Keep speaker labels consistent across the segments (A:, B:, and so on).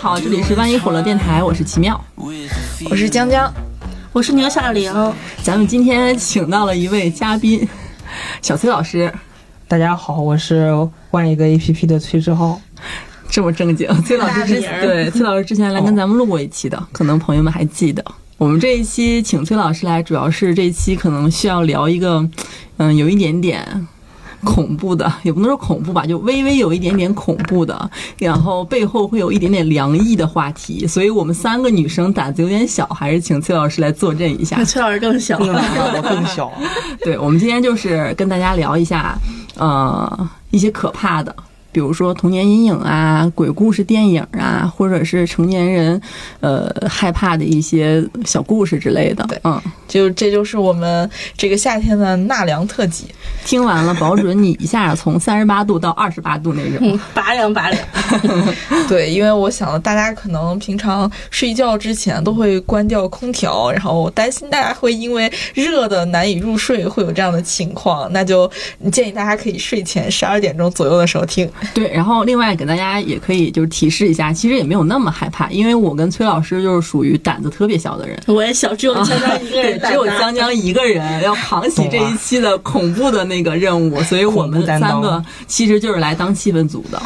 A: 好，这里是万一火轮电台，我是奇妙，
B: 我是江江，嗯
C: 我是牛小玲。
A: 咱们今天请到了一位嘉宾，小崔老师。
D: 大家好，我是万一个 A P P 的崔志浩。
A: 这么正经，崔老师之前对崔老师之前来跟咱们录过一期的，可能朋友们还记得。我们这一期请崔老师来，主要是这一期可能需要聊一个，嗯，有一点点恐怖的，也不能说恐怖吧，就微微有一点点恐怖的，然后背后会有一点点凉意的话题。所以我们三个女生胆子有点小，还是请崔老师来坐镇一下。
C: 崔老师更小，
D: 我更小。
A: 对，我们今天就是跟大家聊一下，呃，一些可怕的。比如说童年阴影啊、鬼故事电影啊，或者是成年人，呃，害怕的一些小故事之类的。
B: 对
A: 嗯，
B: 就这就是我们这个夏天的纳凉特 辑。
A: 听完了，保准你一下从三十八度到二十八度那
D: 嗯
A: 种。
C: 拔凉拔凉。
B: 对，因为我想大家可能平常睡觉之前都会关掉空调，然后我担心大家会因为热的难以入睡，会有这样的情况。那就建议大家可以睡前十二点钟左右的时候听。
A: 对，然后另外给大家也可以就是提示一下，其实也没有那么害怕，因为我跟崔老师就是属于胆子特别小的人。
C: 我也小，只
B: 啊
C: 有江江一个
A: 对，
C: 人，
A: 只有江。江一个人要扛起这一期的恐怖的那个任务，所以我
D: 恐
A: 们
D: 怖担
A: 三
D: 当
A: 个其实就是来当气氛组的。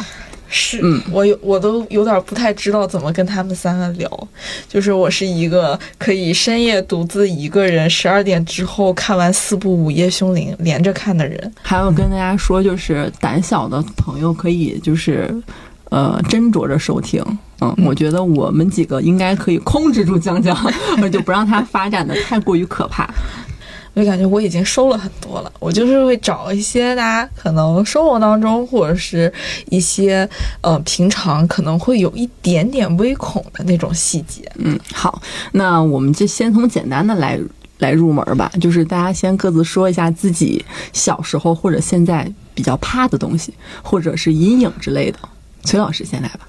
B: 是，我有我都有点不太知道怎么跟他们三个聊，就是我是一个可以深夜独自一个人十二点之后看完四部《午夜凶铃》连着看的人。
A: 还要跟大家说，就是胆小的朋友可以就是，呃，斟酌着收听。嗯，我觉得我们几个应该可以控制住江江， 就不让他发展的太过于可怕。
B: 我就感觉我已经收了很多了，我就是会找一些大家可能生活当中或者是一些呃平常可能会有一点点微恐的那种细节。
A: 嗯，好，那我们就先从简单的来来入门吧，就是大家先各自说一下自己小时候或者现在比较怕的东西，或者是阴影之类的。崔老师先来吧。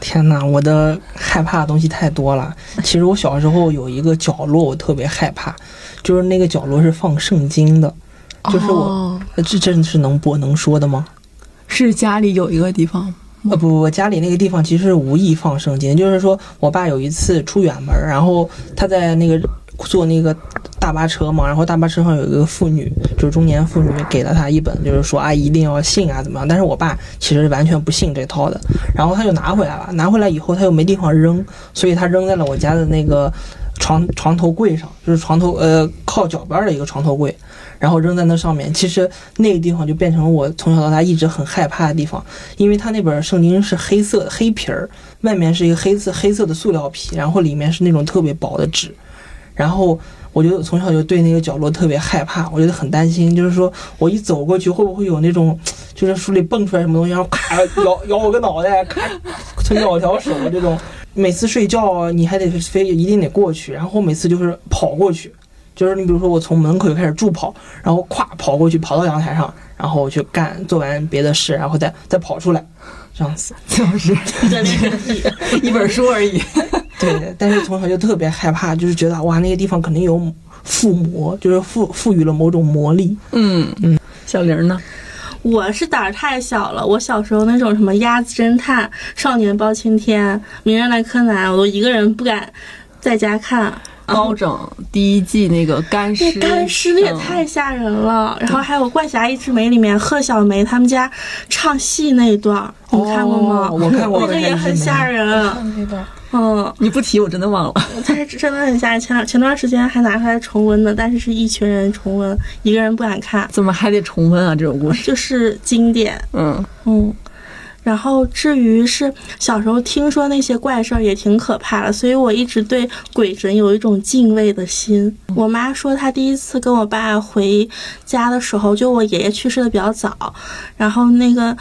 D: 天呐，我的害怕的东西太多了。其实我小时候有一个角落，我特别害怕，就是那个角落是放圣经的，就是我、
B: 哦
D: 呃这真的是能播能说的吗？
A: 是家里有一个地方，
D: 呃，不不不，家里那个地方其实是无意放圣经，就是说我爸有一次出远门儿，然后他在那个坐那个大巴车嘛，然后大巴车上有一个妇女，就是中年妇女，给了他一本，就是说啊一定要信啊怎么样，但是我爸其实完全不信这套的，然后他就拿回来了，拿回来以后他又没地方扔，所以他扔在了我家的那个床床头柜上，就是床头呃靠脚边儿的一个床头柜。然后扔在那上面，其实那个地方就变成我从小到大一直很害怕的地方，因为它那本圣经是黑色黑皮儿，外面是一个黑色黑色的塑料皮，然后里面是那种特别薄的纸，然后我就从小就对那个角落特别害怕，我觉得很担心，就是说我一走过去会不会有那种，就是书里蹦出来什么东西，然后咔咬咬我个脑袋，咔就咬条手这种。每次睡觉啊你还得非一定得过去，然后每次就是跑过去，就是你比如说我从门口就开始助跑，然后咵跑过去跑到阳台上，然后去干做完别的事，然后再再跑出来，这样子。
A: 崔老师一本书而已。
D: 对，但是从小就特别害怕，就是觉得哇那个地方肯定有附魔，就是赋赋予了某种魔力。
A: 嗯嗯，小玲呢？
C: 我是胆儿太小了，我小时候那种什么鸭子侦探、少年包青天、名侦探柯南，我都一个人不敢在家看。
A: 包拯第一季啊那个干
C: 那
A: 尸，
C: 干尸也
A: 嗯
C: 太吓人
D: 嗯
C: 了，然后还有《怪侠一枝梅》里面贺小梅他们家唱戏那一段儿，你们看过吗？
D: 哦我看过
C: 那个也很吓人。
B: 嗯，那段
C: 嗯，
A: 你不提我真的忘了。
C: 但是真的很吓人。前两前段时间还拿出来重温呢，但是是一群人重温，一个人不敢看，
A: 怎么还得重温啊？这种故事，
C: 就是经典。
A: 嗯，
C: 嗯，然后至于是小时候听说那些怪事儿也挺可怕的，所以我一直对鬼神有一种敬畏的心。我妈说她第一次跟我爸回家的时候，就我爷爷去世的比较早，然后那个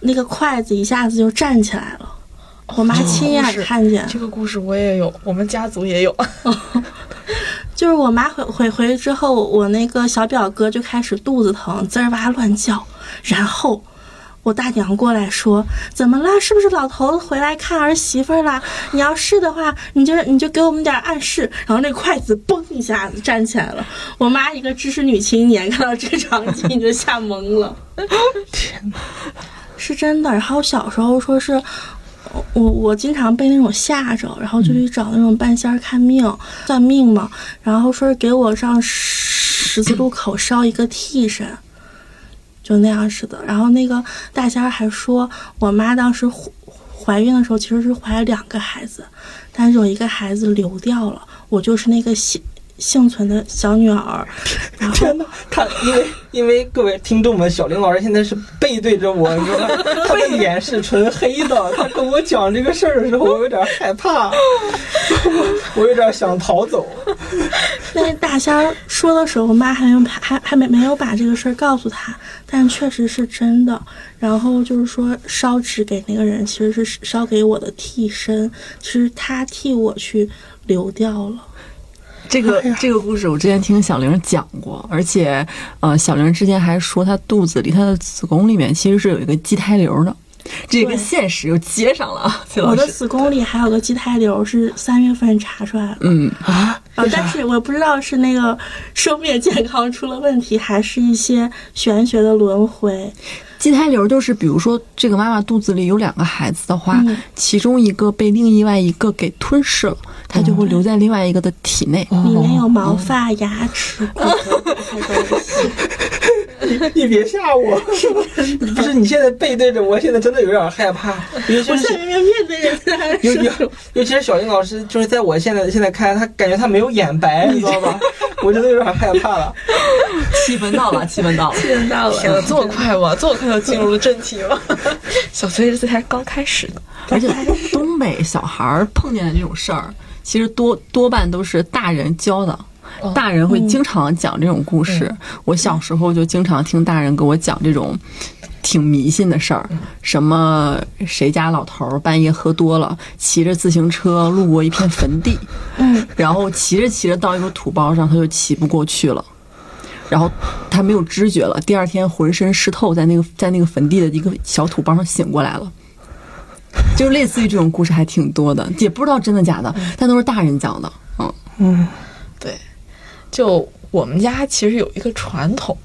C: 那个筷子一下子就站起来了，我妈亲眼看见。
B: 这个故事我也有，我们家族也有。
C: 就是我妈回回回去之后，我那个小表哥就开始肚子疼，滋儿哇乱叫，然后。我大娘过来说：“怎么了？是不是老头子回来看儿媳妇儿了？你要是的话，你就你就给我们点儿暗示。”然后那筷子嘣一下子站起来了。我妈一个知识女青年看到这场景就吓懵了。
D: 天呐，
C: 是真的。然后小时候说是，我我经常被那种吓着，然后就去找那种半仙儿看命、算命嘛，然后说是给我上十字路口烧一个替身，就那样似的。然后那个大仙儿还说，我妈当时怀怀孕的时候其实是怀了两个孩子，但是有一个孩子流掉了，我就是那个幸幸存的小女儿。然后
D: 天哪，他因为因为各位听众们，小林老师现在是背对着我，你知道吗？他的眼是纯黑的。他跟我讲这个事儿的时候，我有点害怕，我 有点想逃走。
C: 那大仙儿说的时候，我妈还没有还还没没有把这个事儿告诉他，但确实是真的。然后就是说烧纸给那个人，其实是烧给我的替身，其实他替我去流掉了。
A: 这个这个故事我之前听小玲讲过，而且呃，小玲之前还说她肚子里、她的子宫里面其实是有一个畸胎瘤的，这个
C: 对
A: 现实又接上了 啊，崔老
C: 我的
A: 师。
C: 子宫里还有个畸胎瘤，是三月份查出来的。
A: 嗯，
C: 啊，但是我不知道是那个生命健康出了问题，还是一些玄学的轮回。
A: 畸胎瘤就是，比如说这个妈妈肚子里有两个孩子的话，
C: 嗯
A: 其中一个被另外一个给吞噬了，它就会留在另外一个的体内。
C: 里面有
A: 哦
C: 毛发、牙齿、骨头这些 东西。
D: 你别吓我，是不是？ 不是，你现在背对着我，现在真的有点害怕。尤其
C: 我
D: 是
C: 现在明明面对人家还
D: 尤
C: 是
D: 尤尤其是小林老师，就是在我现在现在看来，他感觉他没有眼白，你知道 吧？我真的有点害怕了。
A: 气氛到了，气氛到了。
B: 见到了， 天哪，这么快吗？这么快就进入了正题了？小崔这才刚开始呢。
A: 而且东北小孩儿碰见的这种事儿，其实多多半都是大人教的。大人会经常讲这种故事，我小时候就经常听大人给我讲这种挺迷信的事儿，什么谁家老头儿半夜喝多了，骑着自行车路过一片坟地，
C: 嗯，
A: 然后骑着骑着到一个土包上，他就骑不过去了。然后他没有知觉了，第二天浑身湿透，在那个在那个坟地的一个小土包上醒过来了，就是类似于这种故事还挺多的，也不知道真的假的，但都是大人讲的。嗯，
D: 嗯，
B: 对，就我们家其实有一个传统，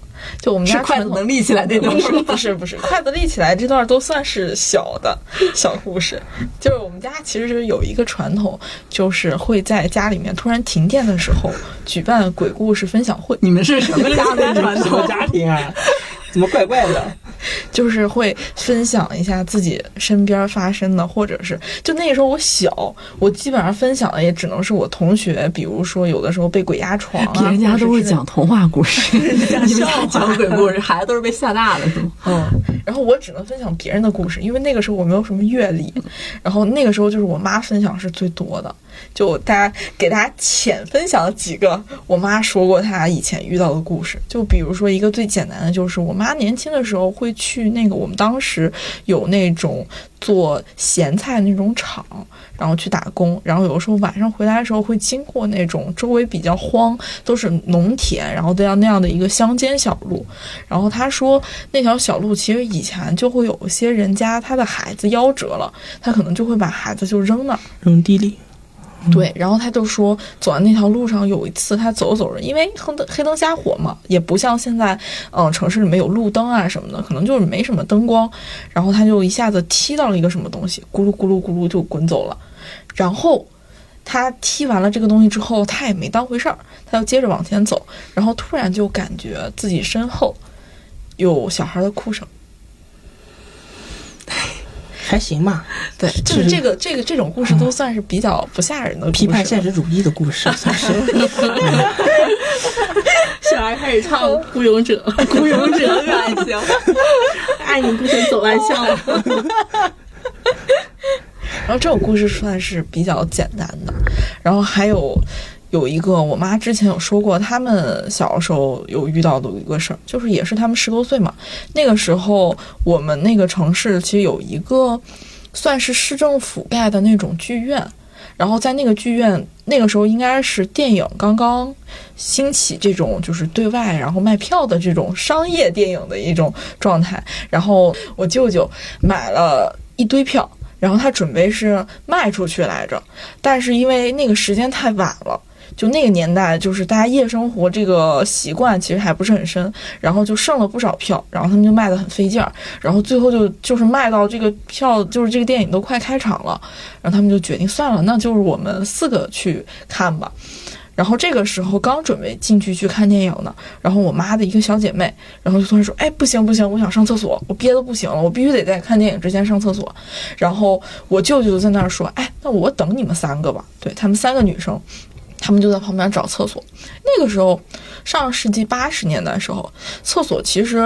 B: 就我们
A: 是
B: 家
A: 筷
B: 传
A: 子
B: 统
A: 能立起 来那种
B: 不。是不是不是，筷子立起来这段都算是小的小故事。就是我们家其实是有一个传统，就是会在家里面突然停电的时候举办鬼故事分享会，
A: 你们是什么 家的传
D: 什么
A: 统？
D: 家庭啊？怎么怪怪的？
B: 就是会分享一下自己身边发生的，或者是就那个时候我小，我基本上分享的也只能是我同学，比如说有的时候被鬼压床啊，
A: 别人家都
B: 或
A: 会
B: 者是
A: 讲童话故 事，你们家
C: 笑话
A: 讲鬼故事，孩子都是被吓大的，是吗？
B: 嗯，然后我只能分享别人的故事，因为那个时候我没有什么阅历，然后那个时候就是我妈分享是最多的，就大家给大家浅分享几个我妈说过她以前遇到的故事，就比如说一个最简单的就是我妈年轻的时候会去那个我们当时有那种做咸菜那种厂，然后去打工，然后有的时候晚上回来的时候会经过那种周围比较荒，都是农田，然后这样那样的一个乡间小路。然后他说那条小路其实以前就会有一些人家他的孩子夭折了，他可能就会把孩子就扔那儿。
D: 扔地里。嗯
B: 对，然后他就说，走在那条路上，有一次他走着走着，因为黑灯黑灯瞎火嘛，也不像现在，嗯、城市里面有路灯啊什么的，可能就是没什么灯光，然后他就一下子踢到了一个什么东西，咕噜咕噜咕噜就滚走了。然后他踢完了这个东西之后，他也没当回事儿，他就接着往前走，然后突然就感觉自己身后有小孩的哭声。
D: 还行吧，
B: 对，就是这个这个这种故事都算是比较不吓人的故事
D: 批判
B: 了
D: 现实主义的故事算是。
C: 小孩开始唱《孤勇者》，
A: 孤勇者的爱情，
C: 爱你不准走弯巷了。
B: 然后这种故事算是比较简单的，然后还有有一个我妈之前有说过，他们小时候有遇到的一个事儿，就是也是他们十多岁嘛，那个时候我们那个城市其实有一个算是市政府盖的那种剧院。然后在那个剧院，那个时候应该是电影刚刚兴起这种就是对外然后卖票的这种商业电影的一种状态。然后我舅舅买了一堆票，然后他准备是卖出去来着，但是因为那个时间太晚了。就那个年代，就是大家夜生活这个习惯其实还不是很深，然后就剩了不少票，然后他们就卖的很费劲儿，然后最后就就是卖到这个票，就是这个电影都快开场了，然后他们就决定算了，那就是我们四个去看吧。然后这个时候刚准备进去去看电影呢，然后我妈的一个小姐妹，然后就突然说：“哎，不行不行，我想上厕所，我憋得不行了，我必须得在看电影之前上厕所。”然后我舅舅就在那儿说：“哎，那我等你们三个吧。对”对他们三个女生，她们就在旁边找厕所。那个时候，上世纪八十年代的时候，厕所其实，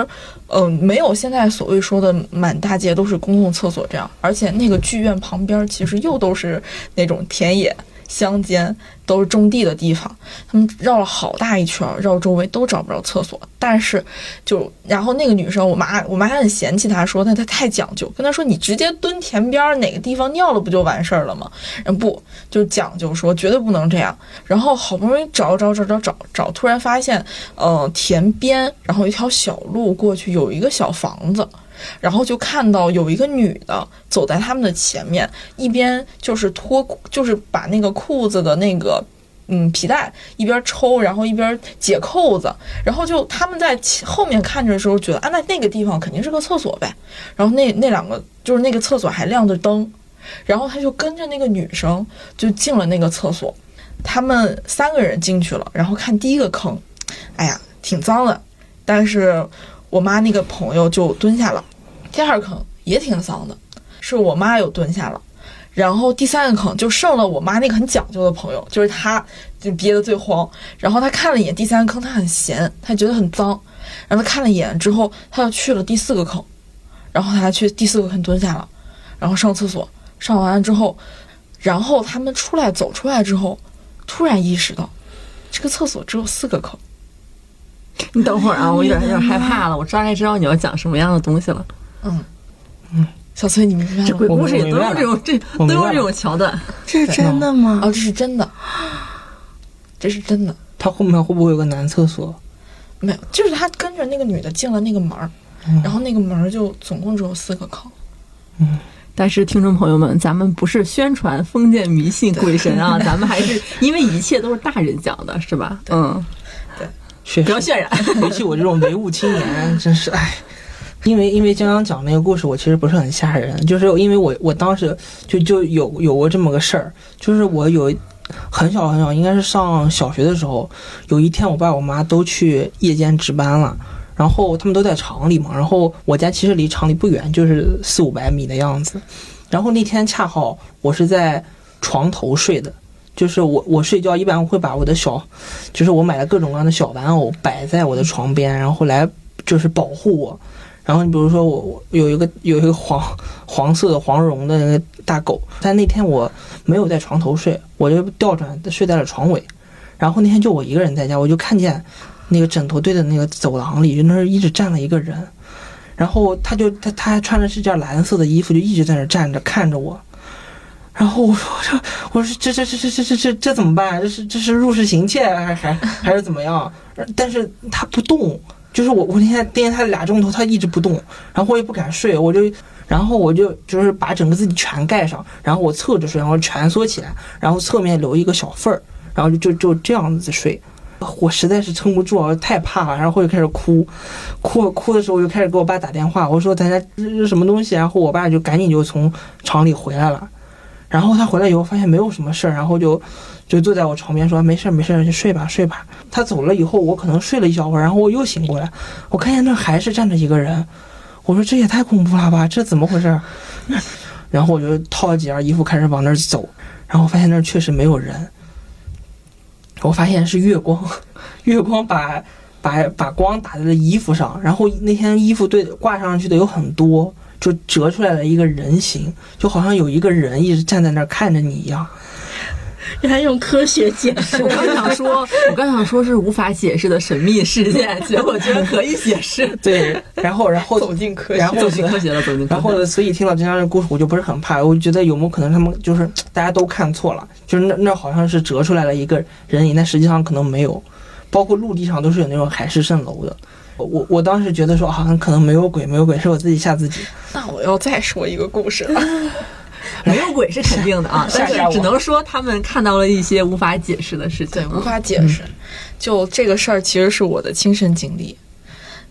B: 嗯、呃，没有现在所谓说的满大街都是公共厕所这样，而且那个剧院旁边其实又都是那种田野。乡间都是种地的地方，他们绕了好大一圈，绕周围都找不着厕所。但是就，就然后那个女生，我妈我妈还很嫌弃她，说那她太讲究，跟她说你直接蹲田边哪个地方尿了不就完事儿了吗？嗯，不，就讲究说绝对不能这样。然后好不容易找找找找找找，突然发现，呃，田边然后一条小路过去有一个小房子。然后就看到有一个女的走在他们的前面，一边就是脱，就是把那个裤子的那个嗯皮带一边抽，然后一边解扣子。然后就嗯他们在后面看着的时候，觉得啊，那那个地方肯定是个厕所呗。然后那那两个就是那个厕所还亮着灯，然后他就跟着那个女生就进了那个厕所。他们三个人进去了，然后看第一个坑，哎呀，挺脏的，但是。我妈那个朋友就蹲下了，第二坑也挺脏的，是我妈又蹲下了，然后第三个坑就剩了我妈那个很讲究的朋友，就是她就憋得最慌，然后她看了一眼第三个坑，她很闲，她觉得很脏，然后她看了一眼之后，她又去了第四个坑，然后她去第四个坑蹲下了，然后上厕所，上完了之后，然后他们出来走出来之后，突然意识到这个厕所只有四个坑。
A: 你等会儿啊，我有点有点害怕了，我大概知道你要讲什么样的东西了。
B: 嗯嗯，小崔，你明白
A: 这
B: 吗？
A: 鬼故事也都有这种这
D: 我
A: 都
D: 明白了
A: 有这种桥段，
C: 这是真的
B: 啊，
C: 吗？
B: 这是真的，这是真的，
D: 他后面会不会有个男厕所？
B: 没有，就是他跟着那个女的进了那个门儿，然后那个门儿就总共只有四个坑。
A: 但是听众朋友们，咱们不是宣传封建迷信鬼神啊，咱们还是因为一切都是大人讲的，是吧？嗯，
D: 确
A: 不要
D: 实，
A: 渲染。
D: 尤其我这种唯物青年，真是哎。因为因为江江讲那个故事，我其实不是很吓人，就是因为我我当时就就有有过这么个事儿，就是我有很小很小，应该是上小学的时候，有一天我爸我妈都去夜间值班了，然后他们都在厂里嘛，然后我家其实离厂里不远，就是四五百米的样子，然后那天恰好我是在床头睡的。就是我，我睡觉一般会把我的小，就是我买了各种各样的小玩偶摆在我的床边，然后来就是保护我。然后你比如说我我有一个有一个黄黄色的黄绒的那个大狗，但那天我没有在床头睡，我就调转睡在了床尾。然后那天就我一个人在家，我就看见那个枕头对的那个走廊里，就那儿一直站了一个人。然后他就他他还穿着是件蓝色的衣服，就一直在那儿站着看着我。然后我说这我说这这这这这这这这怎么办？这是这是入室行窃还还还是怎么样？呃但是他不动，就是我我那天盯着他俩钟头，他一直不动，然后我也不敢睡，我就然后我就就是把整个自己全盖上，然后我侧着睡，然后蜷缩起来，然后侧面留一个小缝儿，然后就就就这样子睡。我实在是撑不住了，太怕了，然后我就开始哭，哭哭的时候我就开始给我爸打电话，我说咱家这是什么东西，然后我爸就赶紧就从厂里回来了。然后他回来以后发现没有什么事儿，然后就就坐在我床边说没事儿没事儿，就睡吧睡吧。他走了以后，我可能睡了一小会儿，然后我又醒过来，我看见那儿还是站着一个人，我说这也太恐怖了吧，这怎么回事儿？ 然后我就套了几件衣服开始往那儿走，然后发现那儿确实没有人，我发现是月光， 月光把把把光打在了衣服上，然后那天衣服对挂上去的有很多，就折出来了一个人形，就好像有一个人一直站在那儿看着你一样。
C: 原来用科学解 释。
A: 我刚想说，我刚想说是无法解释的神秘事件，结果居然可以解释，
D: 对， 然后然后
B: 走进科学
D: 然后
A: 走进科 学了，走进科
D: 然
A: 学了。
D: 后，所以听到这样的故事，我就不是很怕。我就觉得有没有可能他们就是大家都看错了，就是那那好像是折出来了一个人影，但实际上可能没有。包括陆地上都是有那种海市蜃楼的。我我我当时觉啊得说，好、像可能没有鬼，没有鬼，是我自己吓自己。
B: 那我要再说一个故事了。
A: 没有鬼是肯定的 啊，但是只能说他们看到了一些无法解释的事情
B: 对，
A: 啊，
B: 无法解释。就这个事儿，其实是我的亲身经历。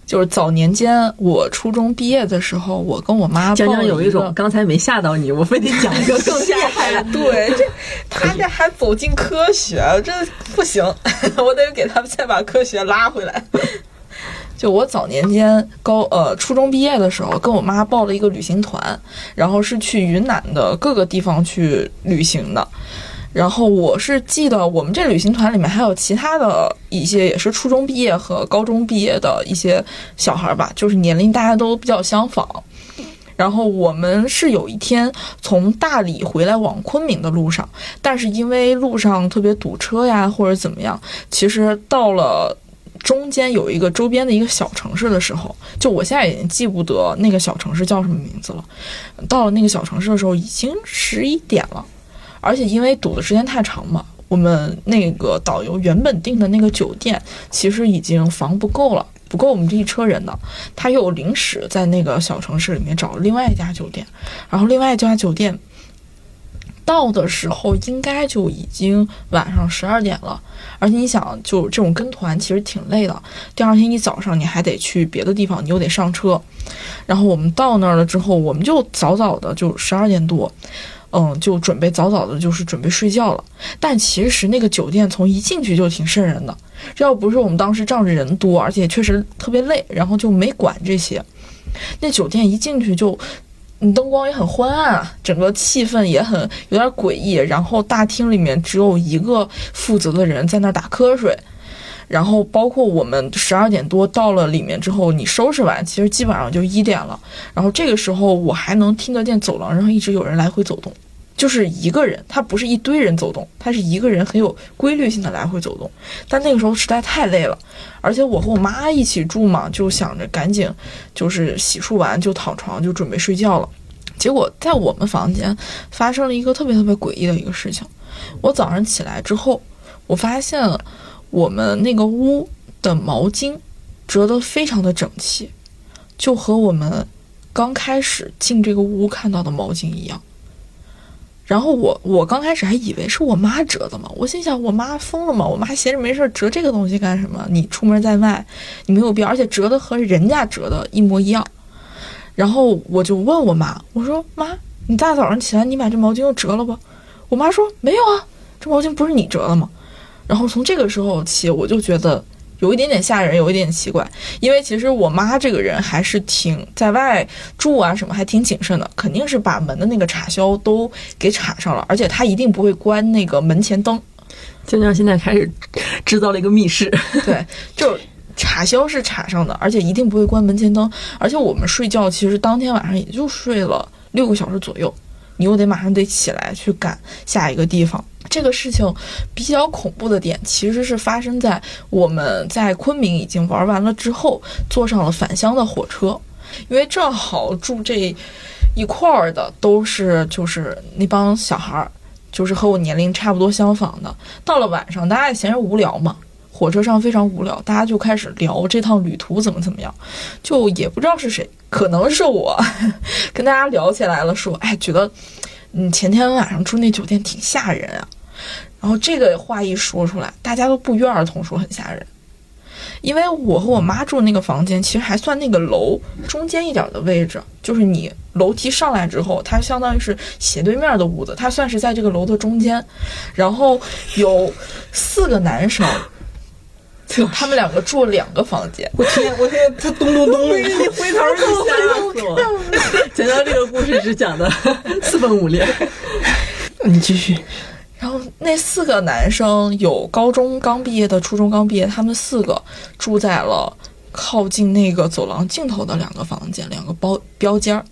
B: 就是早年间，我初中毕业的时候，我跟我妈
A: 江
B: 报
A: 江
B: 了
A: 有
B: 一
A: 一种
B: 个
A: 刚才没吓到你，我非得讲一个更厉害的。
B: 对，这他这还走进科学，这不行， 我得给他们再把科学拉回来。就我早年间高呃初中毕业的时候，跟我妈报了一个旅行团，然后是去云南的各个地方去旅行的。然后我是记得我们这旅行团里面还有其他的一些也是初中毕业和高中毕业的一些小孩儿吧，就是年龄大家都比较相仿。然后我们是有一天从大理回来往昆明的路上，但是因为路上特别堵车呀，或者怎么样，其实到了。中间有一个周边的一个小城市的时候，就我现在已经记不得那个小城市叫什么名字了。到了那个小城市的时候，已经十一点了，而且因为堵的时间太长嘛，我们那个导游原本订的那个酒店其实已经房不够了，不够我们这一车人的。他又临时在那个小城市里面找了另外一家酒店，然后另外一家酒店到的时候应该就已经晚上十二点了，而且你想，就这种跟团其实挺累的，第二天一早上你还得去别的地方，你又得上车。然后我们到那儿了之后，我们就早早的就十二点多。嗯，就准备早早的，就是准备睡觉了。但其实那个酒店从一进去就挺瘆人的，这要不是我们当时仗着人多，而且确实特别累，然后就没管这些。那酒店一进去就，嗯，灯光也很昏暗啊，整个气氛也很有点诡异。然后大厅里面只有一个负责的人在那儿打瞌睡。然后包括我们十二点多到了里面之后，你收拾完，其实基本上就一点了。然后这个时候我还能听得见走廊上一直有人来回走动，就是一个人，他不是一堆人走动，他是一个人很有规律性的来回走动。但那个时候实在太累了，而且我和我妈一起住嘛，就想着赶紧就是洗漱完就躺床就准备睡觉了。结果在我们房间发生了一个特别特别诡异的一个事情，我早上起来之后，我发现我们那个屋的毛巾折得非常的整齐，就和我们刚开始进这个屋看到的毛巾一样。然后我我刚开始还以为是我妈折的嘛，我心想我妈疯了嘛，我妈闲着没事儿折这个东西干什么？你出门在外，你没有必要，而且折的和人家折的一模一样。然后我就问我妈，我说妈，你大早上起来你把这毛巾又折了吧？我妈说没有啊，这毛巾不是你折的吗？然后从这个时候起，我就觉得有一点点吓人，有一点奇怪，因为其实我妈这个人还是挺在外住啊什么，还挺谨慎的，肯定是把门的那个插销都给插上了，而且她一定不会关那个门前灯，
A: 江江现在开始制造了一个密室，
B: 对，就是插销是插上的，而且一定不会关门前灯，而且我们睡觉其实当天晚上也就睡了六个小时左右，你又得马上得起来去赶下一个地方。这个事情比较恐怖的点，其实是发生在我们在昆明已经玩完了之后，坐上了返乡的火车，因为正好住这一块儿的都是就是那帮小孩儿，就是和我年龄差不多相仿的。到了晚上，大家也闲着无聊嘛，火车上非常无聊，大家就开始聊这趟旅途怎么怎么样，就也不知道是谁，可能是我， 跟大家聊起来了，说，哎，觉得你前天晚上住那酒店挺吓人啊。然后这个话一说出来，大家都不约而同说很吓人，因为我和我妈住那个房间其实还算那个楼中间一点的位置，就是你楼梯上来之后，它相当于是斜对面的屋子，它算是在这个楼的中间，然后有四个男生。他们两个住了两个房间，
D: 我听见，我听见他咚咚咚，
A: 回头就吓死我。江江这个故事只讲的四分 五裂，
D: 你继续。
B: 然后那四个男生有高中刚毕业的、初中刚毕业，他们四个住在了靠近那个走廊尽头的两个房间、两个包标间儿。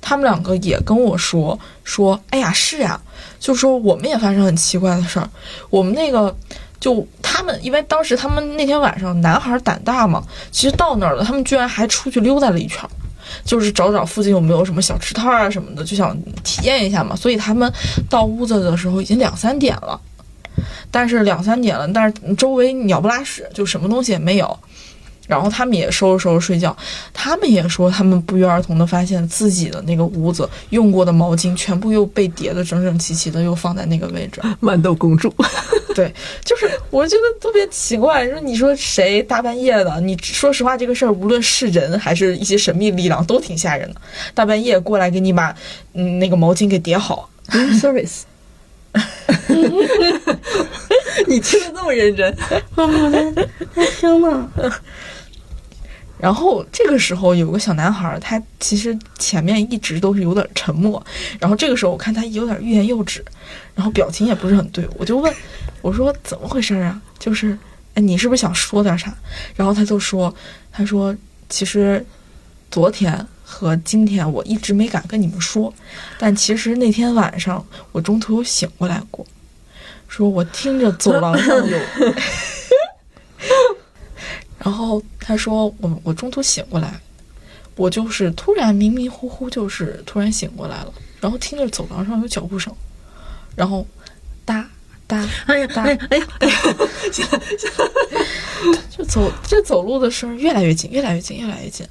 B: 他们两个也跟我说说，哎呀，是呀、就说我们也发生很奇怪的事儿。我们那个就他们，因为当时他们那天晚上男孩儿胆大嘛，其实到那儿了，他们居然还出去溜达了一圈儿。就是找找附近有没有什么小吃摊儿啊什么的，就想体验一下嘛。所以他们到屋子的时候已经两三点了，但是两三点了，但是周围鸟不拉屎，就什么东西也没有。然后他们也收拾收拾睡觉，他们也说他们不约而同的发现自己的那个屋子用过的毛巾全部又被叠的整整齐齐的，又放在那个位置。
A: 豌豆公主，
B: 对，就是我觉得特别奇怪，说你说谁大半夜的？你说实话，这个事儿无论是人还是一些神秘力量，都挺吓人的。大半夜过来给你把嗯那个毛巾给叠好
A: service，你听的这么认真，
C: 我我在在听呢，
B: 然后这个时候有个小男孩儿，他其实前面一直都是有点沉默，然后这个时候我看他有点欲言又止，然后表情也不是很对，我就问我说怎么回事儿啊？就是哎，你是不是哎想说点啥？然后他就说，他说其实昨天和今天我一直没敢跟你们说，但其实那天晚上我中途有醒过来过，说我听着走廊上有然后他说我我中途醒过来，我就是突然迷迷糊糊，就是突然醒过来了，然后听着走廊上有脚步声，然后哒哒
C: 哎呀哎呀哎呀，
B: 就走这走路的声儿越来越近，越来越近，越来越近，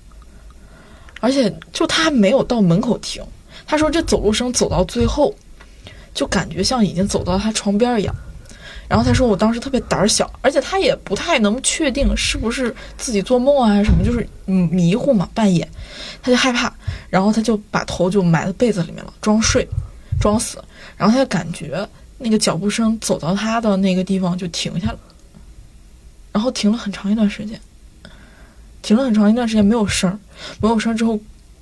B: 而且就他还没有到门口停，他说这走路声走到最后，就感觉像已经走到他床边儿一样。然后他说，我当时特别胆儿小，而且他也不太能确定是不是自己做梦啊还是什么，就是嗯迷糊嘛，半夜他就害怕，然后他就把头就埋在被子里面了，装睡，装死。然后他就感觉那个脚步声走到他的那个地方就停下了，然后停了很长一段时间，停了很长一段时间没有声儿，没有声儿之后，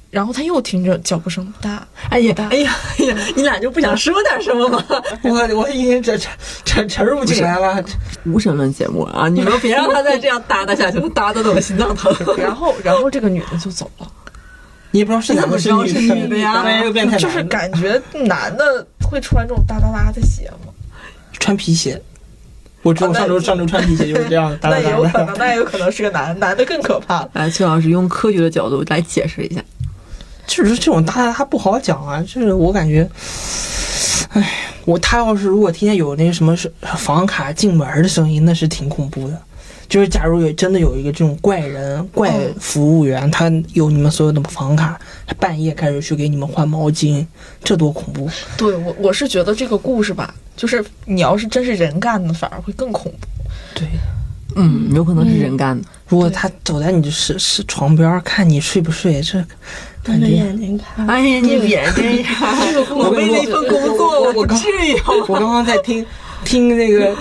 B: 然后他又听着脚步声哒，
A: 哎呀哎呀哎呀，你俩就不想说点什么吗？
D: 我我已经沉沉沉沉入进来了，
A: 无神论节目啊，你们别让他再这样哒哒下去了，哒哒的我心脏疼。
B: 然后然后这个女的就走了。
D: 你也不知道是男的是女
A: 你怎么知道是女的呀
D: 当然又变态男的
B: 就是感觉男的会穿这种哒哒哒的鞋吗？
D: 穿皮鞋。我知道我
B: 啊那
D: 上周上周穿皮鞋就是这 样的，哒
B: 那
D: 哒
B: 也有
D: 哒
B: 可
D: 哒。
B: 能，那也有可能是个男，男的更可怕了。
A: 来，崔哎老师用科学的角度来解释一下，
D: 确实这种哒哒它不好讲啊，就是我感觉，哎，我他要是如果天天有那个什么是房卡进门的声音，那是挺恐怖的。就是假如有真的有一个这种怪人、怪
B: 嗯
D: 服务员，他有你们所有的房卡，他半夜开始去给你们换毛巾，这多恐怖！
B: 对我，我是觉得这个故事吧，就是你要是真是人干的，反而会更恐怖。
D: 对，
A: 嗯，有可能是人干的，
D: 如果他走在你的是是床边儿看你睡不睡，这
C: 瞪
D: 感
C: 着
D: 觉。
C: 眼睛看，
A: 哎呀，你别 这样，我为那份工作，我不至于好吗
D: 我刚刚在听听那个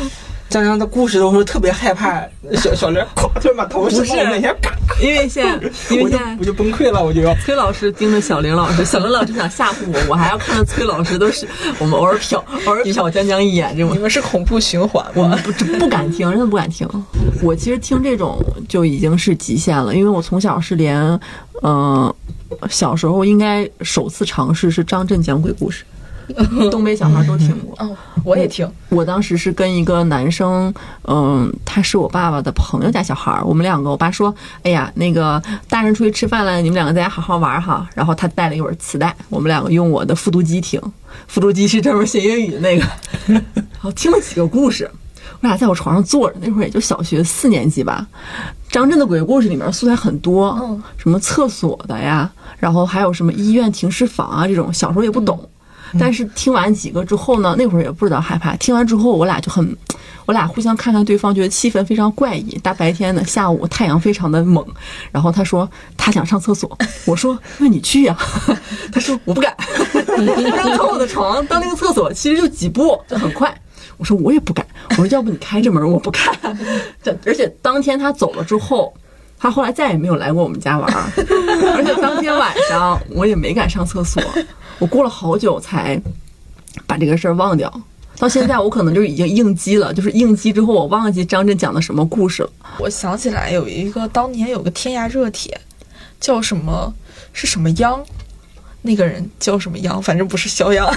D: 张江的故事的时候，特别害怕，小小玲咵突然把头伸到我面前，嘎，
A: 因为 现在，因
D: 我
A: 为现
D: 就
A: 在
D: 我就崩溃了，我就要。
A: 崔老师盯着小林老师，小林老师想吓唬我，我还要看着崔老师都是我们偶尔瞟，偶尔瞟江江一眼这种
B: 你。们是恐怖循环
A: 我
B: 吗
A: 们？不这不敢听，真的不敢听。我其实听这种就已经是极限了，因为我从小是连，嗯、小时候应该首次尝试是张震讲鬼故事，东北小孩都听过。
B: 哦，我也听。
A: 我当时是跟一个男生，嗯，他是我爸爸的朋友家小孩儿，我们两个，我爸说，哎呀，那个大人出去吃饭了，你们两个在家好好玩儿哈。然后他带了一本磁带，我们两个用我的复读机听，复读机是专门学英语的那个， 然后听了几个故事。 我俩在我床上坐着，那会儿也就小学四年级吧。张震的鬼故事里面素材很多，
B: 嗯
A: 什么厕所的呀，然后还有什么医院停尸房啊这种，小时候也不懂。但是听完几个之后呢，那会儿也不知道害怕。听完之后，我俩就很，我俩互相看看对方，觉得气氛非常怪异。大白天的，下午太阳非常的猛。然后他说他想上厕所，我说那你去呀、他说我不敢。他说从我的床到那个厕所其实就几步，就很快。我说我也不敢，我说要不你开 着门，我不敢。这而且当天他走了之后，他后来再也没有来过我们家玩儿，而且当天晚上我也没敢上厕所，我过了好久才把这个事儿忘掉。到现在我可能就已经应激了，就是应激之后我忘记张震讲的什么故事了。
B: 我想起来有一个当年有个天涯热帖，叫什么是什么央，那个人叫什么央，反正不是肖央，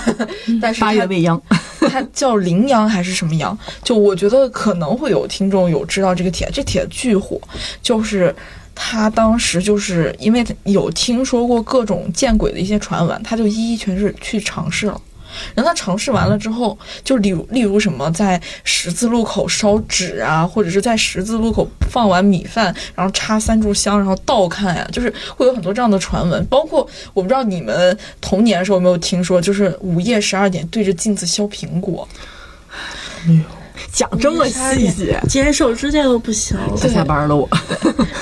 B: 但
A: 嗯
B: 是
A: 八月
B: 他
A: 未央，
B: 他叫羚羊还是什么羊？就我觉得可能会有听众有知道这个帖，这帖巨火，就是。他当时就是因为有听说过各种见鬼的一些传闻，他就一一全是去尝试了，然后他尝试完了之后，就例如例如什么在十字路口烧纸啊，或者是在十字路口放完米饭，然后插三炷香，然后倒看呀、就是会有很多这样的传闻。包括我不知道你们童年的时候有没有听说，就是午夜十二点对着镜子削苹果。
A: 讲这么细节，
C: 剪手指甲都不行了。
A: 快下班了我，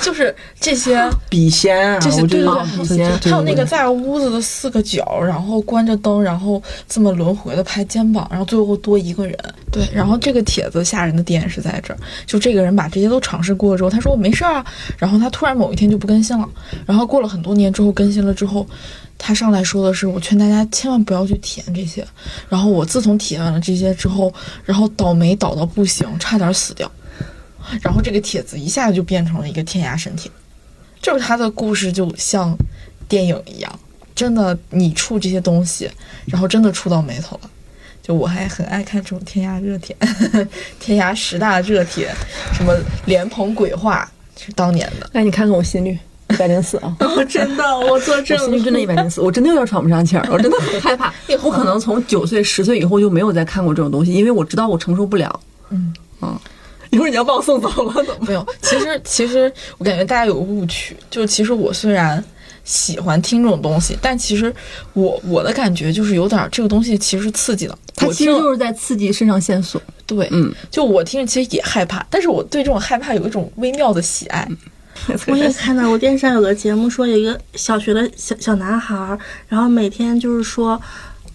B: 就是这些，
D: 笔仙啊，
B: 这些
D: 我觉
B: 对
D: 得
B: 对
A: 对笔仙
D: 这
B: 还有那个在屋子的四个角，然后关着灯，然后这么轮回的拍肩膀，然后最后多一个人。对，然后这个帖子吓人的点是在这儿，就这个人把这些都尝试过之后，他说我没事儿啊，然后他突然某一天就不更新了，然后过了很多年之后更新了之后。他上来说的是，我劝大家千万不要去体验这些。然后我自从体验了这些之后，然后倒霉倒到不行，差点死掉。然后这个帖子一下就变成了一个天涯神帖，就是他的故事就像电影一样，真的你触这些东西，然后真的触到眉头了。就我还很爱看这种天涯热帖， 天涯十大热帖，什么莲蓬鬼话是当年的，
A: 哎来你看看我心率一百零四 啊，
C: 哦，真的，我作
A: 我
C: 证
A: 心率真的一百零四，我真的有点喘不上气儿，我真的很害 怕。我可能从九岁、十岁以后就没有再看过这种东西，因为我知道我承受不了。
B: 嗯
A: 嗯，一会儿你要把我送走 了怎么？
B: 没有。其实 其实我感觉大家有个误区，就其实我虽然喜欢听这种东西，但其实我我的感觉就是有点儿这个东西其实是刺激的，
A: 它
B: 我
A: 其
B: 听
A: 实
B: 了
A: 就是在刺激肾上腺素。
B: 对，
A: 嗯，
B: 就我听着其实也害怕，但是我对这种害怕有一种微妙的喜爱。
C: 我也看到过电视上有个节目，说有一个小学的小小男孩儿，然后每天就是说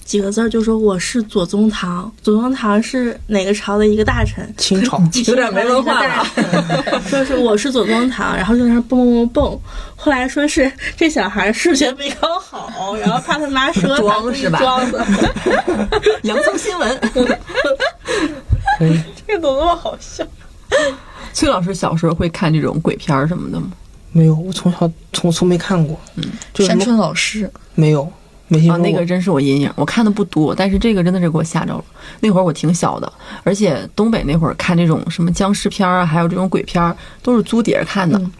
C: 几个字儿，就说我是左宗棠，左宗棠是哪个朝的一个大臣，
D: 清朝
A: 有点没文化了。
C: 说是我是左宗棠，然后就在那蹦蹦蹦。后来说是这小孩数学没考好，然后怕他妈说他
A: 装是吧
C: 装的，
A: 洋葱新 闻，
B: 这个怎么那么好笑？
A: 崔老师小时候会看这种鬼片儿什么的吗？
D: 没有，我从小从从没看过，嗯，就是
B: 山村老师，
D: 没有没听
A: 啊，
D: 说过。
A: 那个真是我阴影，我看的不多，但是这个真的是给我吓着了。那会儿我挺小的，而且东北那会儿看这种什么僵尸片儿啊，还有这种鬼片儿，都是租碟儿看
D: 嗯
A: 的。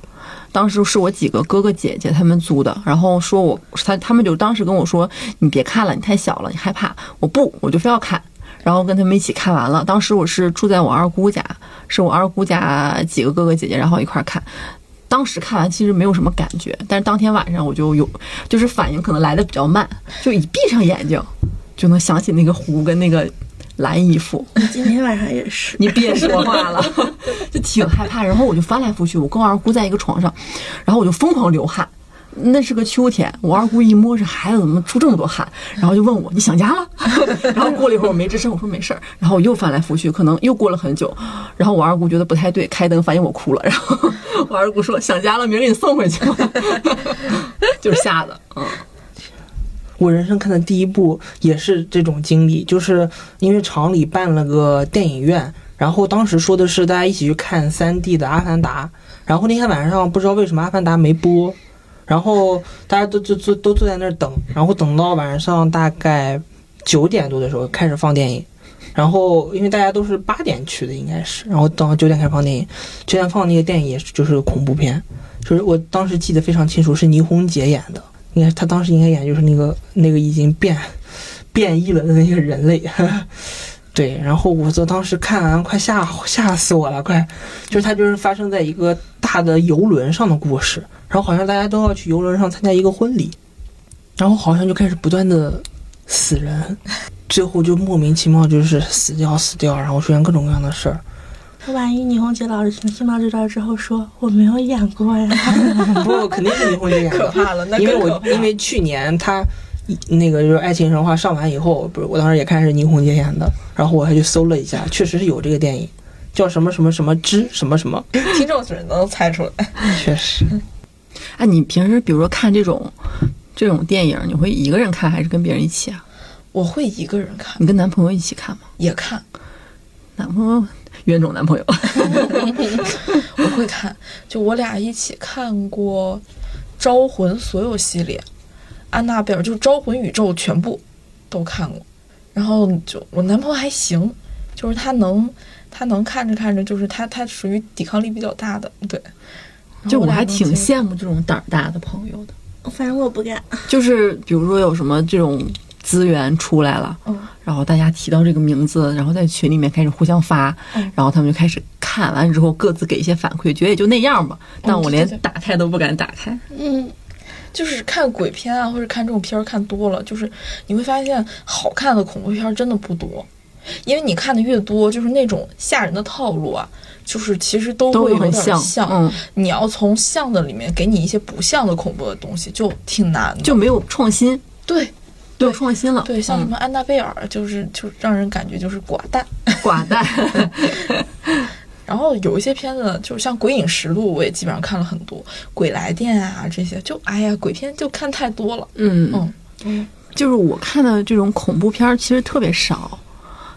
A: 当时是我几个哥哥姐姐他们租的，然后说我他他们就当时跟我说：“你别看了，你太小了，你害怕。”我不，我就非要看。然后跟他们一起看完了。当时我是住在我二姑家，是我二姑家几个哥哥姐姐，然后一块儿看。当时看完其实没有什么感觉，但是当天晚上我就有，就是反应可能来的比较慢，就一闭上眼睛就能想起那个湖跟那个蓝衣服。
C: 今天晚上也是。
A: 你别说话了， 就挺害怕。然后我就翻来覆去，我跟我二姑在一个床上，然后我就疯狂流汗。那是个秋天，我二姑一摸这孩子怎么出这么多汗，然后就问我你想家了。 然后过了一会儿我没吱声，我说没事儿。然后我又翻来覆去，可能又过了很久，然后我二姑觉得不太对，开灯发现我哭了，然后我二姑说想家了，明儿给你送回去吧， 就是吓的，嗯，
D: 我人生看的第一部也是这种经历，就是因为厂里办了个电影院，然后当时说的是大家一起去看三 D 的《阿凡达》，然后那天晚上不知道为什么《阿凡达》没播，然后大家都就坐都坐在那儿等，然后等到晚上大概九点多的时候开始放电影。然后，因为大家都是八点去的，应该是，然后等到九点开始放电影，九点放那个电影也是就是恐怖片，就是我当时记得非常清楚，是倪虹洁演的，应该他当时应该演就是那个那个已经变变异了的那个人类。 对，然后我就当时看完，快吓吓死我了，快！就是它就是发生在一个大的游轮上的故事，然后好像大家都要去游轮上参加一个婚礼，然后好像就开始不断的死人，最后就莫名其妙就是死掉死掉，然后出现各种各样的事儿。
C: 他万一倪虹洁老师听到这段之后说我没有演过呀，
D: 不，肯定是离婚 这演的，
B: 可怕了那
D: 因为
B: 更可
D: 我
B: 怕
D: 因为去年他那个就是《爱情神话》上完以后，不是我当时也看是倪虹洁演的，然后我还去搜了一下，确实是有这个电影，叫什么什么什么之什么什么，
B: 听众只能猜出来。
D: 确实
A: 哎，你平时比如说看这种这种电影，你会一个人看还是跟别人一起啊？
B: 我会一个人看，
A: 你跟男朋友一起看吗？
B: 也 看，
A: 男朋友，冤种男朋友，
B: 我会看。就我俩一起看过《招魂》所有系列，《安娜贝尔》就是《招魂》宇宙全部都看过。然后就我男朋友还行，就是他能他能看着看着，就是他他属于抵抗力比较大的，对。然后
A: 就我
B: 俩
A: 还
B: 能
A: 挺
B: 接受
A: 羡慕这种胆儿大的朋友的。
C: 反正我不敢。
A: 就是比如说有什么这种资源出来了，
B: 嗯
A: 然后大家提到这个名字，然后在群里面开始互相发，
B: 嗯
A: 然后他们就开始看完之后各自给一些反馈，觉得也就那样吧。但我连
B: 哦对对对
A: 打开都不敢打开。
B: 嗯，就是看鬼片啊，或者看这种片儿看多了，就是你会发现好看的恐怖片儿真的不多，因为你看的越多，就是那种吓人的套路啊，就是其实都
A: 都
B: 会有
A: 很
B: 点
A: 像嗯
B: 你要从像的里面给你一些不像的恐怖的东西，就挺难的。嗯
A: 就没有创新，
B: 对
A: 没有创新了。
B: 对，像什
A: 嗯
B: 么安娜贝尔，就是就让人感觉就是寡淡。
A: 寡 淡，
B: 然后有一些片子，就是像《鬼影实录》，我也基本上看了很多，《鬼来电》啊这些，就哎呀，鬼片就看太多了。
A: 嗯
B: 嗯，
A: 就是我看的这种恐怖片儿其实特别少，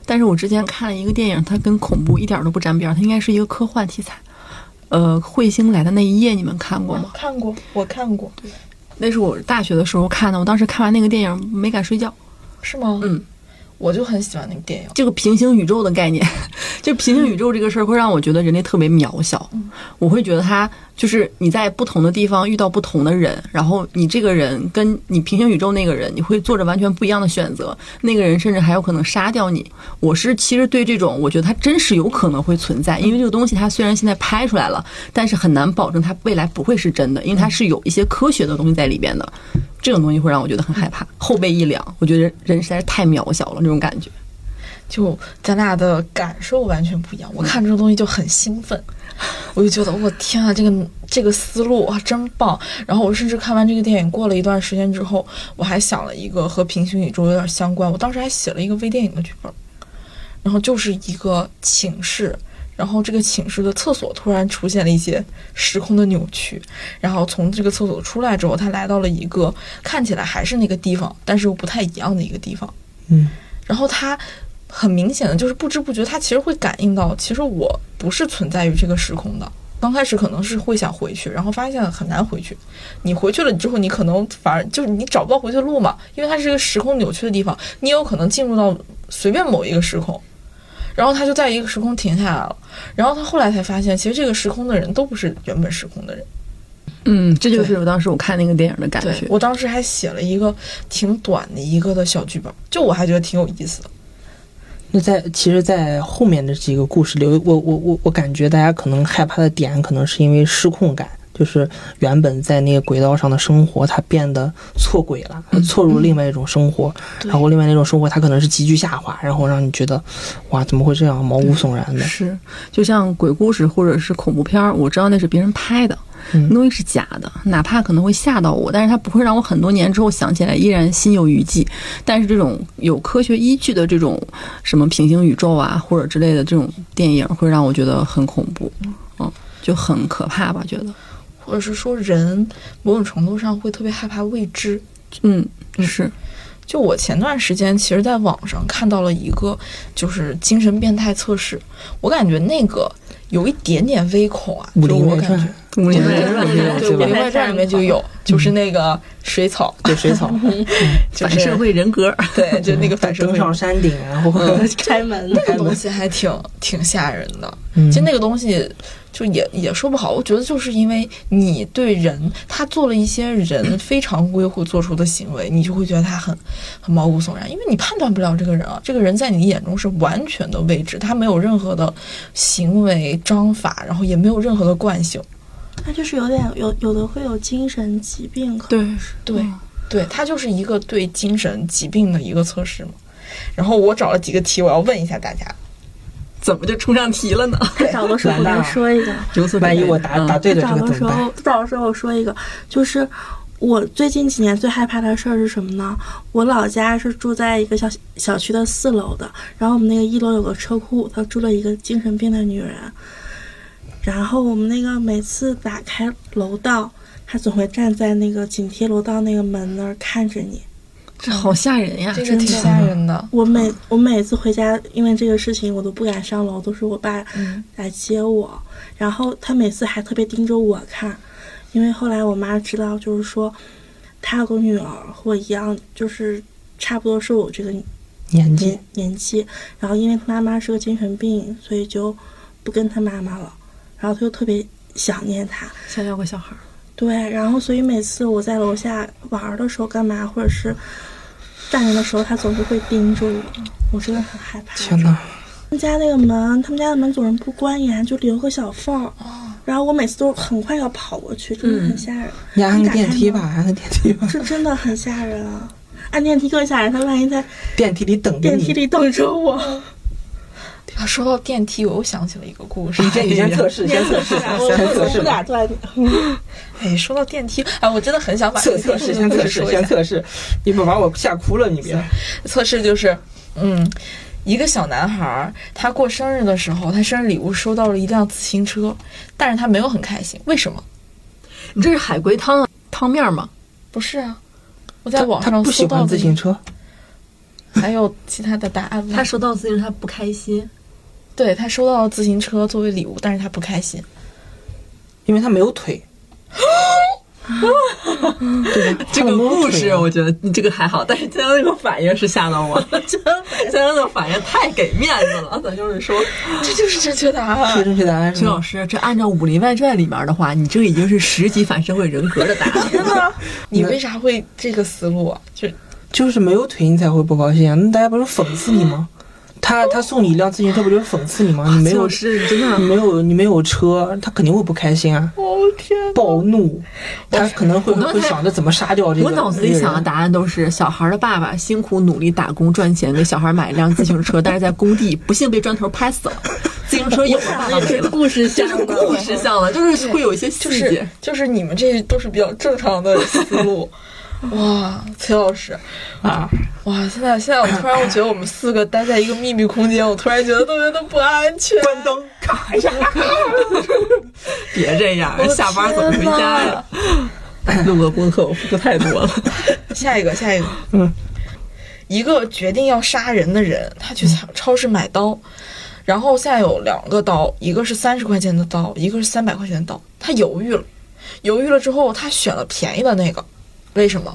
A: 但是我之前看了一个电影，它跟恐怖一点儿都不沾边儿，它应该是一个科幻题材。呃，彗星来的那一夜，你们看过吗？
B: 看过，我看过，
A: 那是我大学的时候看的，我当时看完那个电影没敢睡觉。
B: 是吗？
A: 嗯，
B: 我就很喜欢那个电影。
A: 这个平行宇宙的概念， 就平行宇宙这个事儿会让我觉得人类特别渺小。我会觉得他就是你在不同的地方遇到不同的人，然后你这个人跟你平行宇宙那个人，你会做着完全不一样的选择，那个人甚至还有可能杀掉你。我是其实对这种，我觉得它真是有可能会存在，因为这个东西它虽然现在拍出来了，但是很难保证它未来不会是真的，因为它是有一些科学的东西在里边的。这种东西会让我觉得很害怕，后背一凉，我觉得人人实在是太渺小了，那种感觉。
B: 就咱俩的感受完全不一样。我看这个东西就很兴奋，我就觉得我天啊，这个这个思路哇真棒。然后我甚至看完这个电影，过了一段时间之后，我还想了一个和平行宇宙有点相关，我当时还写了一个微电影的剧本，然后就是一个寝室。然后这个寝室的厕所突然出现了一些时空的扭曲，然后从这个厕所出来之后，他来到了一个看起来还是那个地方，但是又不太一样的一个地方。
D: 嗯，
B: 然后他很明显的就是不知不觉，他其实会感应到，其实我不是存在于这个时空的。刚开始可能是会想回去，然后发现很难回去。你回去了之后，你可能反而就是你找不到回去的路嘛，因为它是一个时空扭曲的地方，你有可能进入到随便某一个时空。然后他就在一个时空停下来了，然后他后来才发现，其实这个时空的人都不是原本时空的人。
A: 嗯，这就是我当时我看那个电影的感
B: 对
A: 觉。
B: 我当时还写了一个挺短的一个的小剧本，就我还觉得挺有意思的。
D: 那在其实，在后面的几个故事里，我我我我感觉大家可能害怕的点，可能是因为失控感，就是原本在那个轨道上的生活，它变得错轨了，它错入另外一种生活，然后另外那种生活，它可能是急剧下滑，然后让你觉得，哇，怎么会这样，毛骨悚然的。
A: 是，就像鬼故事或者是恐怖片儿，我知道那是别人拍的，
D: 嗯
A: 那东西是假的，哪怕可能会吓到我，但是它不会让我很多年之后想起来依然心有余悸。但是这种有科学依据的这种什么平行宇宙啊或者之类的这种电影，会让我觉得很恐怖，嗯，就很可怕吧？觉得，
B: 或者是说人某种程度上会特别害怕未知。
A: 嗯，是，
B: 就我前段时间，其实在网上看到了一个就是精神变态测试，我感觉那个有一点点微恐啊，
D: 武
B: 就
D: 林
B: 我
D: 外
B: 感觉
D: 传，
A: 武林
D: 外
A: 传
D: 里面有
B: 对，
D: 对
B: 《武
D: 吧
B: 林外传》里面就有，
D: 嗯
B: 就是那个水草，
D: 对水 草，
B: 就
A: 反社
B: 是
A: 会人格，
B: 对，就那 个反社
D: 登
B: 会。
D: 上山顶，然后
C: 开门。
B: 那个东西还挺挺吓人的，
D: 嗯
B: 其实那个东西就也也说不好。我觉得就是因为你对人，他做了一些 人非常规或做出的行为，你就会觉得他很很毛骨悚然，因为你判断不了这个人啊，这个人在你眼中是完全的未知，他没有任何的行为章法，然后也没有任何的惯性，
C: 他就是有点有有的会有精神疾病，可
A: 对，
B: 对，对，它就是一个对精神疾病的一个测试嘛。然后我找了几个题，我要问一下大家，
A: 怎么就冲上题 了呢？
C: 能找的时候我
D: 完
C: 再
D: 了
C: 说一个。
A: 有所
D: 万一
A: 准备
D: 我答
A: 嗯
D: 答对了
C: 早
D: 这个
C: 的
D: 怎
C: 时
D: 么办？
C: 候，早的时候我说一个，就是我最近几年最害怕的事儿是什么呢？我老家是住在一个小小区的四楼的，然后我们那个一楼有个车库，他住了一个精神病的女人，然后我们那个每次打开楼道，她总会站在那个紧贴楼道那个门那儿看着你。
A: 这好吓人
D: 啊
A: 呀！
B: 这个挺吓人的。
C: 我每我每次回家，因为这个事情我都不敢上楼，都是我爸
D: 嗯
C: 来接我。然后他每次还特别盯着我看，因为后来我妈知道，就是说她有个女儿和我一样，就是差不多是我这个
D: 年纪
C: 年，年纪。然后因为她妈妈是个精神病，所以就不跟她妈妈了。然后她就特别想念她，
A: 吓到个小孩儿，
C: 对，然后所以每次我在楼下玩儿的时候，干嘛或者是站着的时候，他总是会盯住我，我真的很害怕。
D: 天哪！
C: 他们家那个门，他们家的门总是不关严，就留个小缝儿。然后我每次都很快要跑过去，真的很吓人。
D: 你按
C: 你
D: 个
C: 打
D: 电
C: 开
D: 梯
C: 门
D: 吧，按个电梯吧，
C: 这真的很吓人啊！按电梯更吓人，他万一在
D: 电梯里等着
C: 电
D: 你。
C: 梯里等着我，
B: 啊，说到电梯，我又想起了一个故事。
D: 你先，你先测试，先测试，
C: 啊我
D: 先测
C: 我
D: 试
C: 不，敢断。
B: 哎，说到电梯，哎，我真的很想把
D: 测测试，先测试，
B: 说一
D: 先
B: 下
D: 测试。你把把我吓哭了，你别。
B: 测试就是，嗯，一个小男孩儿，他过生日的时候，他生日礼物收到了一辆自行车，但是他没有很开心，为什么？
A: 你这是海龟汤啊汤面儿吗？
B: 不是啊，我在
D: 他
B: 网
D: 他
B: 上
D: 不喜
B: 搜到
D: 欢
B: 的
D: 自行车，
B: 还有其他的答案吗？
A: 他收到自行车他不开心，
B: 对他收到了自行车作为礼物，但是他不开心。
D: 因为他没有腿。对吧？
A: 这
D: 他
A: 个
D: 没有
A: 故
D: 腿
A: 事
D: 啊
A: 我觉得你这个还好，但是江江那个反应是吓到 我，江江的反应太给面子了。 咱就是说，
B: 这啊就是正确答
D: 是
B: 案。
D: 正确答案是
A: 崔
D: 吗
A: 老？师，这按照《武林外传》里面的话，你这已经是十级反社会人格的答 案了。
B: 你为啥会这个思路啊？就
D: 就是没有腿你才会不高兴啊！那大家不是讽刺你吗？他他送你一辆自行车，不就是讽刺你吗？你没
A: 崔
D: 有
A: 老，师，你真
D: 你
A: 的
D: 没有，你没有车，他肯定会不开心啊！
B: 哦天，
D: 暴怒，他可能会
A: 我刚才
D: 会想着怎么杀掉这个。
A: 我脑子里想的答案都是 小孩的爸爸辛苦努力打工赚钱，给小孩买一辆自行车，但是在工地不幸被砖头拍死了，自行车有了，爸爸没了。
C: 故事
A: 这是故事向的，就是会有一些细
B: 就
A: 节。
B: 是就是你们这都是比较正常的思路。 哇，崔老师，
D: 啊，
B: 哇！现在现在我突然我觉得我们四个待在一个密闭空间，我突然觉得特别的不安 全。
D: 关灯，咔一下。
A: 别这样
B: 我，的
A: 下班怎么回家 呀？录个播客我付出太多了，
B: 下一个，下一个，
D: 嗯，
B: 一个决定要杀人的人，他去
A: 嗯
B: 超超市买刀，然后现在有两个刀，一个是三十块钱的刀，一个是三百块钱的刀，他犹豫了，犹豫了之后，他选了便宜的那个，为什么？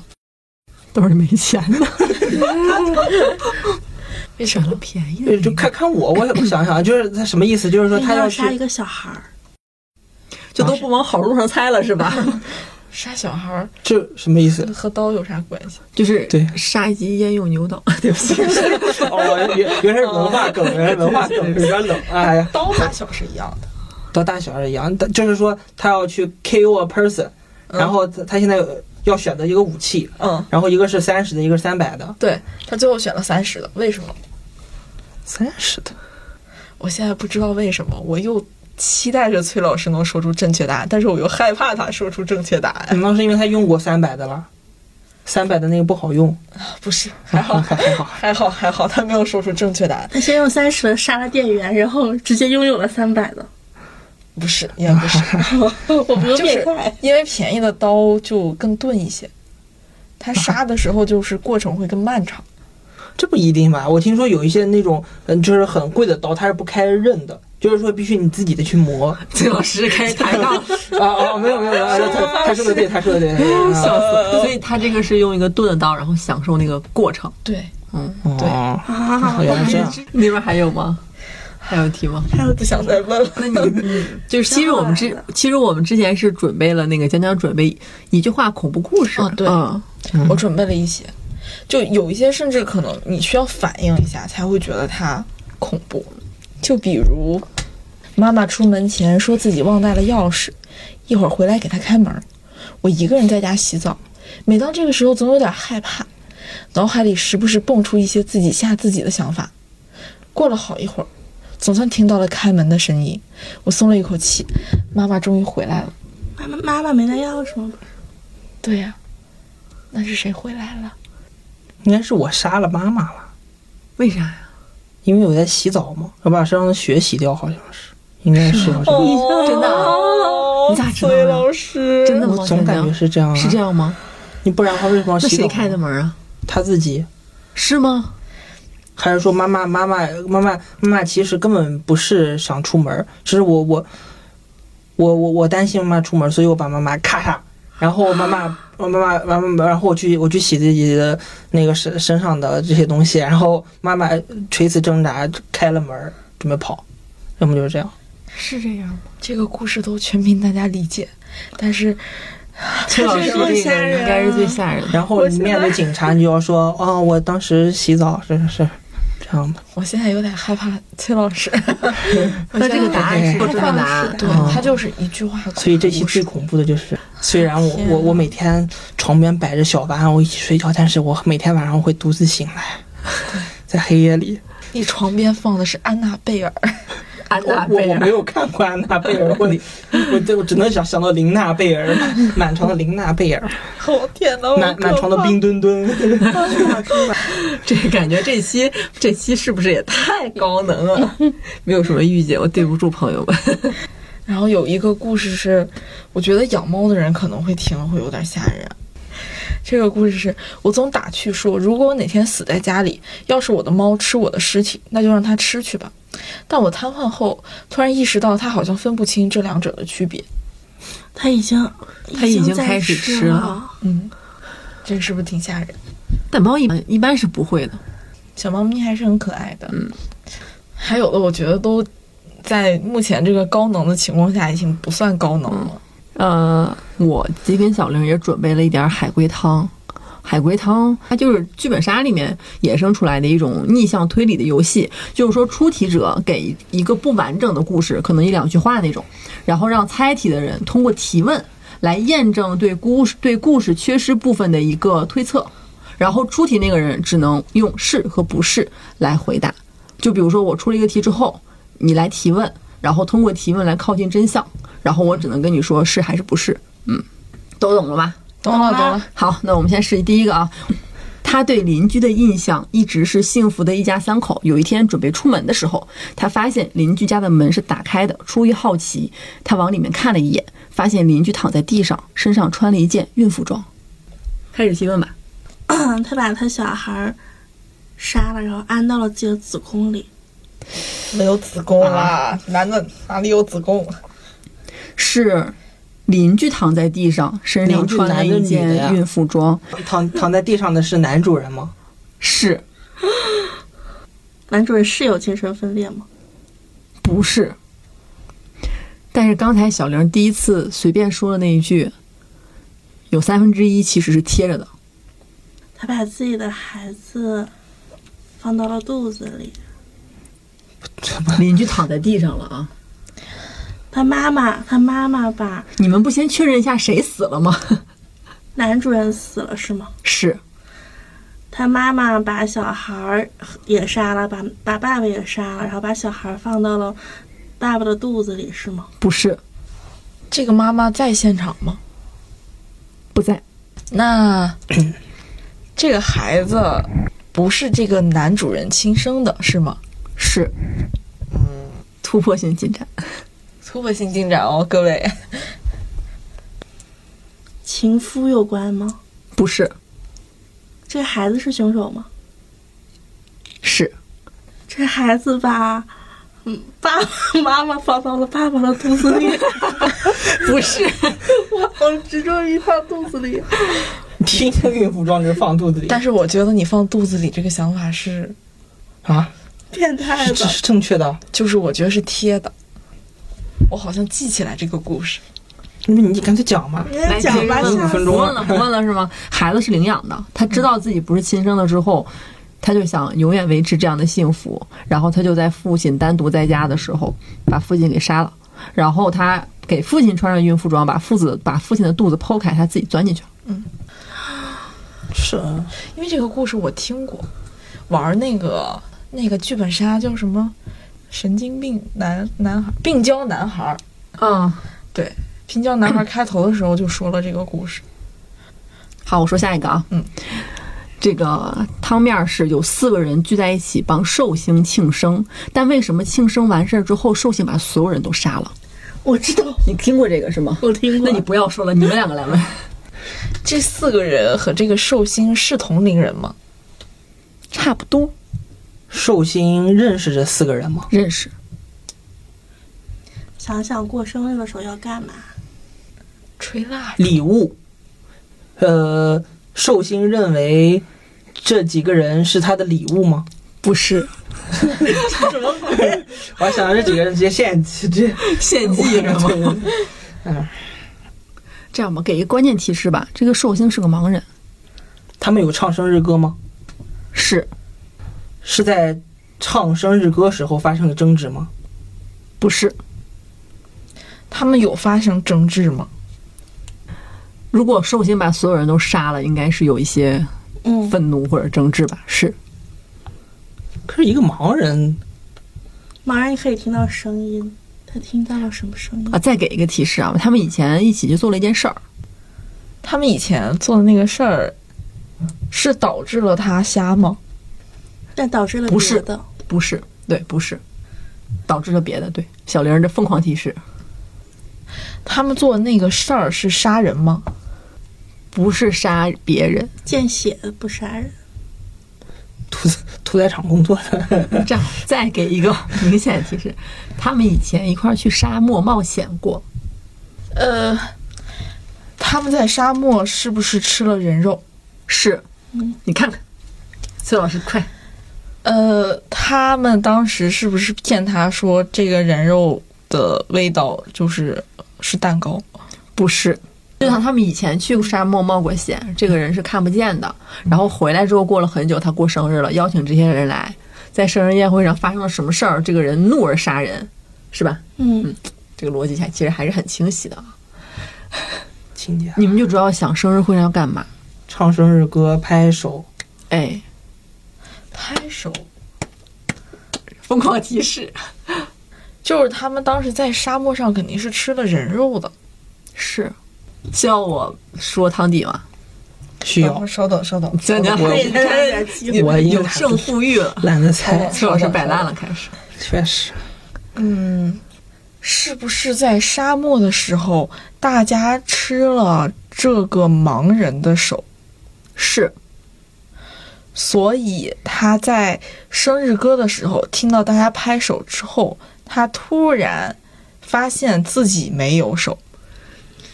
A: 兜里没钱了，
B: 为什
A: 选
B: 么？
A: 了便宜
D: 对，
A: 的
D: 就。看看我，我我想想，就是他什么意思？就是说他
C: 要
D: 要
C: 杀一
D: 去，
C: 个小孩儿，
A: 就都不往好路上猜了是吧？
B: 杀小孩儿
D: 这什么意 思？
B: 和刀有啥关 系？
A: 就是
D: 对
A: 杀鸡焉用牛刀？ 对不起，
D: 哦，原原来是文化梗，原来 是文化梗，有点冷。哎呀，
B: 刀大小是一样的，
D: 到大小是一样，但就是说他要去 KO a person，然后他他现在要选择一个武器，
B: 嗯，
D: 然后一个是三十的，一个是三百的，
B: 对他最后选了三十的，为什么？
D: 三十的。
B: 我现在不知道为什么，我又期待着崔老师能说出正确答案，但是我又害怕他说出正确答案。
D: 难道是因为他用过三百的了？三百的那个不好 用，
B: 啊不是，还 好，
D: 还还好。
B: 还好，还好，他没有说出正确答案。
C: 他先用三十的杀了店员，然后直接拥有了三百的。
B: 不是，也不 是，
C: 我不用
B: 就是
C: 变态，
B: 因为便宜的刀就更钝一些，他杀的时候就是过程会更漫长。
D: 这不一定吧？我听说有一些那种，嗯，就是很贵的刀，它是不开刃的，就是说必须你自己的去 磨。啊
A: 崔老师开始抬 杠，
D: 啊，没有没有没有，他他说的对，他说的对。嗯
A: 笑死！所以他这个是用一个钝的刀，然后享受那个过程。
B: 对，
D: 哦，
C: 啊
D: 原来是这 样。
A: 那边还有吗？还有题吗？
B: 不想再问了。
A: 那你你就是其实我们之其实我们之前是准备了那个江江准备一句话恐怖故事，
B: 哦对
A: 嗯
B: 我准备了一些，就有一些甚至可能你需要反应一下才会觉得它恐怖，就比如妈妈出门前说自己忘带了钥匙，一会儿回来给她开门。我一个人在家洗澡，每当这个时候总有点害怕，脑海里时不时蹦出一些自己吓自己的想法。过了好一会儿，总算听到了开门的声音，我松了一口气，妈妈终于回来了。
C: 妈妈妈妈没带钥匙吗？
B: 对呀、那是谁回来了？
D: 应该是我杀了妈妈了，
A: 为啥呀？
D: 因为我在洗澡嘛，我把身上的血洗掉，好像是，应该是吧？
A: 哦真的啊你咋知道的
B: 崔老师
A: 真的吗
D: 我总感觉是这样啊，
A: 哦是这样吗？
D: 你不然的话为什么要
A: 那
D: 洗澡？
A: 谁开的？门啊？
D: 他自己。
A: 是吗？
D: 还是说妈妈妈妈妈妈妈妈其实根本不是想出门儿，只是我我我我我担心妈妈出门儿，所以我把妈妈咔嚓，然后妈妈我妈妈妈妈，然后我去我去洗自己的那个身身上的这些东西，然后妈妈垂死挣扎开了门儿准备跑，要么就是这样。
A: 是这样吗？
B: 这个故事都全凭大家理解，但是
A: 崔老师这个
C: 这是最吓人
A: 应该是最吓人的。
D: 然后你面对警察，你就要说啊、我当时洗澡是是是这样的。
B: 我现在有点害怕崔 老师。
A: 那这个答案哦是
D: 对
A: 不正确答案，
B: 对
D: 嗯
B: 他就是一句话。
D: 所以这期最恐怖的就是，虽然我我我每天床边摆着小娃，我一起睡觉，但是我每天晚上会独自醒来，在黑夜里。
B: 你床边放的是安娜贝尔，
A: 安啊
D: 我
A: 娜
D: 我
A: 贝
D: 我没
A: 尔。
D: 有看过安娜贝尔，我我这我只能想想到林娜贝尔，满床的林娜贝尔，
B: 我天呐，
D: 满满床的
B: 冰。
D: 冰墩墩。
A: 这感觉这 期这期是不是也太高能 了？没有什么预警，我对不住朋友们。
B: 然后有一个故事是，我觉得养猫的人可能会听了会有点吓人。这个故事是我总打趣说，如果我哪天死在家里，要是我的猫吃我的尸体，那就让它吃去吧。但我瘫痪后，突然意识到它好像分不清这两者的区别。
C: 他已经
A: 他已经
C: 在
A: 开始吃
C: 吃
A: 了
C: 了。
B: 嗯，这个是不是挺吓人？
A: 但猫一般一般是不会的，
B: 小猫咪还是很可爱的。嗯，还有的我觉得都在目前这个高能的情况下，已经不算高能了。
A: 呃，我吉跟小玲也准备了一点儿海龟汤。海龟汤，它就是剧本杀里面衍生出来的一种逆向推理的游戏，就是说出题者给一个不完整的故事，可能一两句话那种，然后让猜题的人通过提问来验证对故事对故事缺失部分的一个推测，然后出题那个人只能用是和不是来回答。就比如说我出了一个题之后，你来提问，然后通过提问来靠近真相，然后我只能跟你说是还是不是，嗯，都懂了吧？
B: 懂了，懂了。
A: 好，那我们先试第一个啊。他对邻居的印象一直是幸福的一家三口。有一天准备出门的时候，他发现邻居家的门是打开的。出于好奇，他往里面看了一眼，发现邻居躺在地上，身上穿了一件孕妇装。开始提问吧。
C: 他把他小孩儿杀了，然后安到了自己的子宫里。
B: 没有子宫啦，男的哪里有子宫？
A: 是邻居躺在地上，身上
D: 邻居
A: 穿了
D: 男的
A: 一
D: 女的呀
A: 件孕妇装。
D: 躺躺在地上的是男主人吗？
A: 是
C: 男主人是有精神分裂吗？
A: 不是？但是刚才小玲第一次随便说的那一句，有三分之一其实是贴着的。
C: 他把自己的孩子放到了肚子里。
A: 邻居躺在地上了啊！
C: 他妈妈，他妈妈把
A: 你们不先确认一下谁死了吗？
C: 男主人死了是吗？
A: 是
C: 他妈妈把小孩儿也杀了，把把爸爸也杀了，然后把小孩儿放到了爸爸的肚子里是吗？
A: 不是？
B: 这个妈妈在现场吗？
A: 不在，
B: 那这个孩子不是这个男主人亲生的，是吗？
A: 是，嗯，突破性进展，
B: 突破性进展哦，各位。
C: 情夫有关吗？
A: 不是，
C: 这个孩子是凶手吗？
A: 是
C: 这个孩子把嗯爸爸妈妈放到了爸爸的肚子里。
A: 不是？
C: 我好执着于他肚子里。
D: 听着孕妇装就放肚子里
B: 但是我觉得你放肚子里这个想法是，
D: 啊，
C: 变态
D: 这
C: 吧
D: 这？是正确的。
B: 就是我觉得是贴的。我好像记起来这个故事，
D: 那么你干脆讲嘛。
C: 你也讲吧，
A: 来
D: 接着问
C: 下
D: 五分
A: 不
D: 钟
A: 问了，不问了是吗？孩子是领养的，他知道自己不是亲生的之后，他就想永远维持这样的幸福，然后他就在父亲单独在家的时候把父亲给杀了，然后他给父亲穿上孕妇装，把父子把父亲的肚子剖开，他自己钻进去了。
D: 是啊，
B: 因为这个故事我听过，玩那个那个剧本杀叫什么？神经病男男孩，病娇男孩儿，
A: 嗯，
B: 对，《平交男孩》开头的时候就说了这个故事。
A: 好，我说下一个啊，
B: 嗯，
A: 这个汤面儿是有四个人聚在一起帮寿星庆生，但为什么庆生完事儿之后，寿星把所有人都杀了？
C: 我知道，
A: 你听过这个是吗？
C: 我听过。
A: 那你不要说了，你们两个来问。
B: 这四个人和这个寿星是同龄人吗？
A: 差不多
D: 寿星认识这四个人吗？
A: 认识，
C: 想想过生日的时候要干嘛？
B: 吹蜡烛。
D: 礼物，呃，寿星认为这几个人是他的礼物吗？
A: 不是
D: 我还 想让这几个人直接献祭，直接
A: 献祭是吗？
D: 嗯，
E: 这样吧，给一个关键提示吧。这个寿星是个盲人，
D: 他们有唱生日歌吗？
E: 是
D: 是在唱生日歌时候发生的争执吗？
E: 不是？
B: 他们有发生争执吗？
A: 如果寿星把所有人都杀了，应该是有一些
C: 嗯，
A: 愤怒或者争执吧？是
D: 可是一个盲人，
C: 盲人可以听到声音，他听到了什么声音？
A: 啊，再给一个提示啊，他们以前一起去做了一件事儿，
B: 他们以前做的那个事儿，是导致了他瞎吗？
C: 但导致了
A: 不是
C: 别的，
A: 不是，对，不是，导致了别的。对，小玲儿这疯狂提示，
B: 他们做的那个事儿是杀人吗？
A: 不是杀别人，
C: 见血不杀人。
D: 屠屠宰场工作的，
A: 这样再给一个明显提示，他们以前一块儿去沙漠冒险过，
B: 呃，他们在沙漠是不是吃了人肉？
A: 是，你看看，崔老师快，
B: 呃，他们当时是不是骗他说这个人肉的味道就是是蛋糕？
A: 不是。就像他们以前去沙漠冒过险，这个人是看不见的。然后回来之后过了很久，他过生日了，邀请这些人来，在生日宴会上发生了什么事儿？这个人怒而杀人，是吧？
C: 嗯，
A: 这个逻辑还其实还是很清晰的。啊。
D: 亲家
A: 你们就主要想生日会上要干嘛？
D: 唱生日歌、拍手，
A: 哎，
B: 拍手，
A: 疯狂提示
B: 就是他们当时在沙漠上肯定是吃了人肉的。
A: 是，需要我说汤底吗？
D: 需要
B: 嗯稍等，稍等，
A: 行行，
D: 我
C: 给大家点机会。
D: 我
A: 有
D: 有
A: 胜负欲了。
D: 懒得猜，
A: 崔老师摆烂了，开始。
D: 确实
B: 嗯，是不是在沙漠的时候，大家吃了这个盲人的手，
A: 是
B: 所以他在生日歌的时候听到大家拍手之后，他突然发现自己没有手。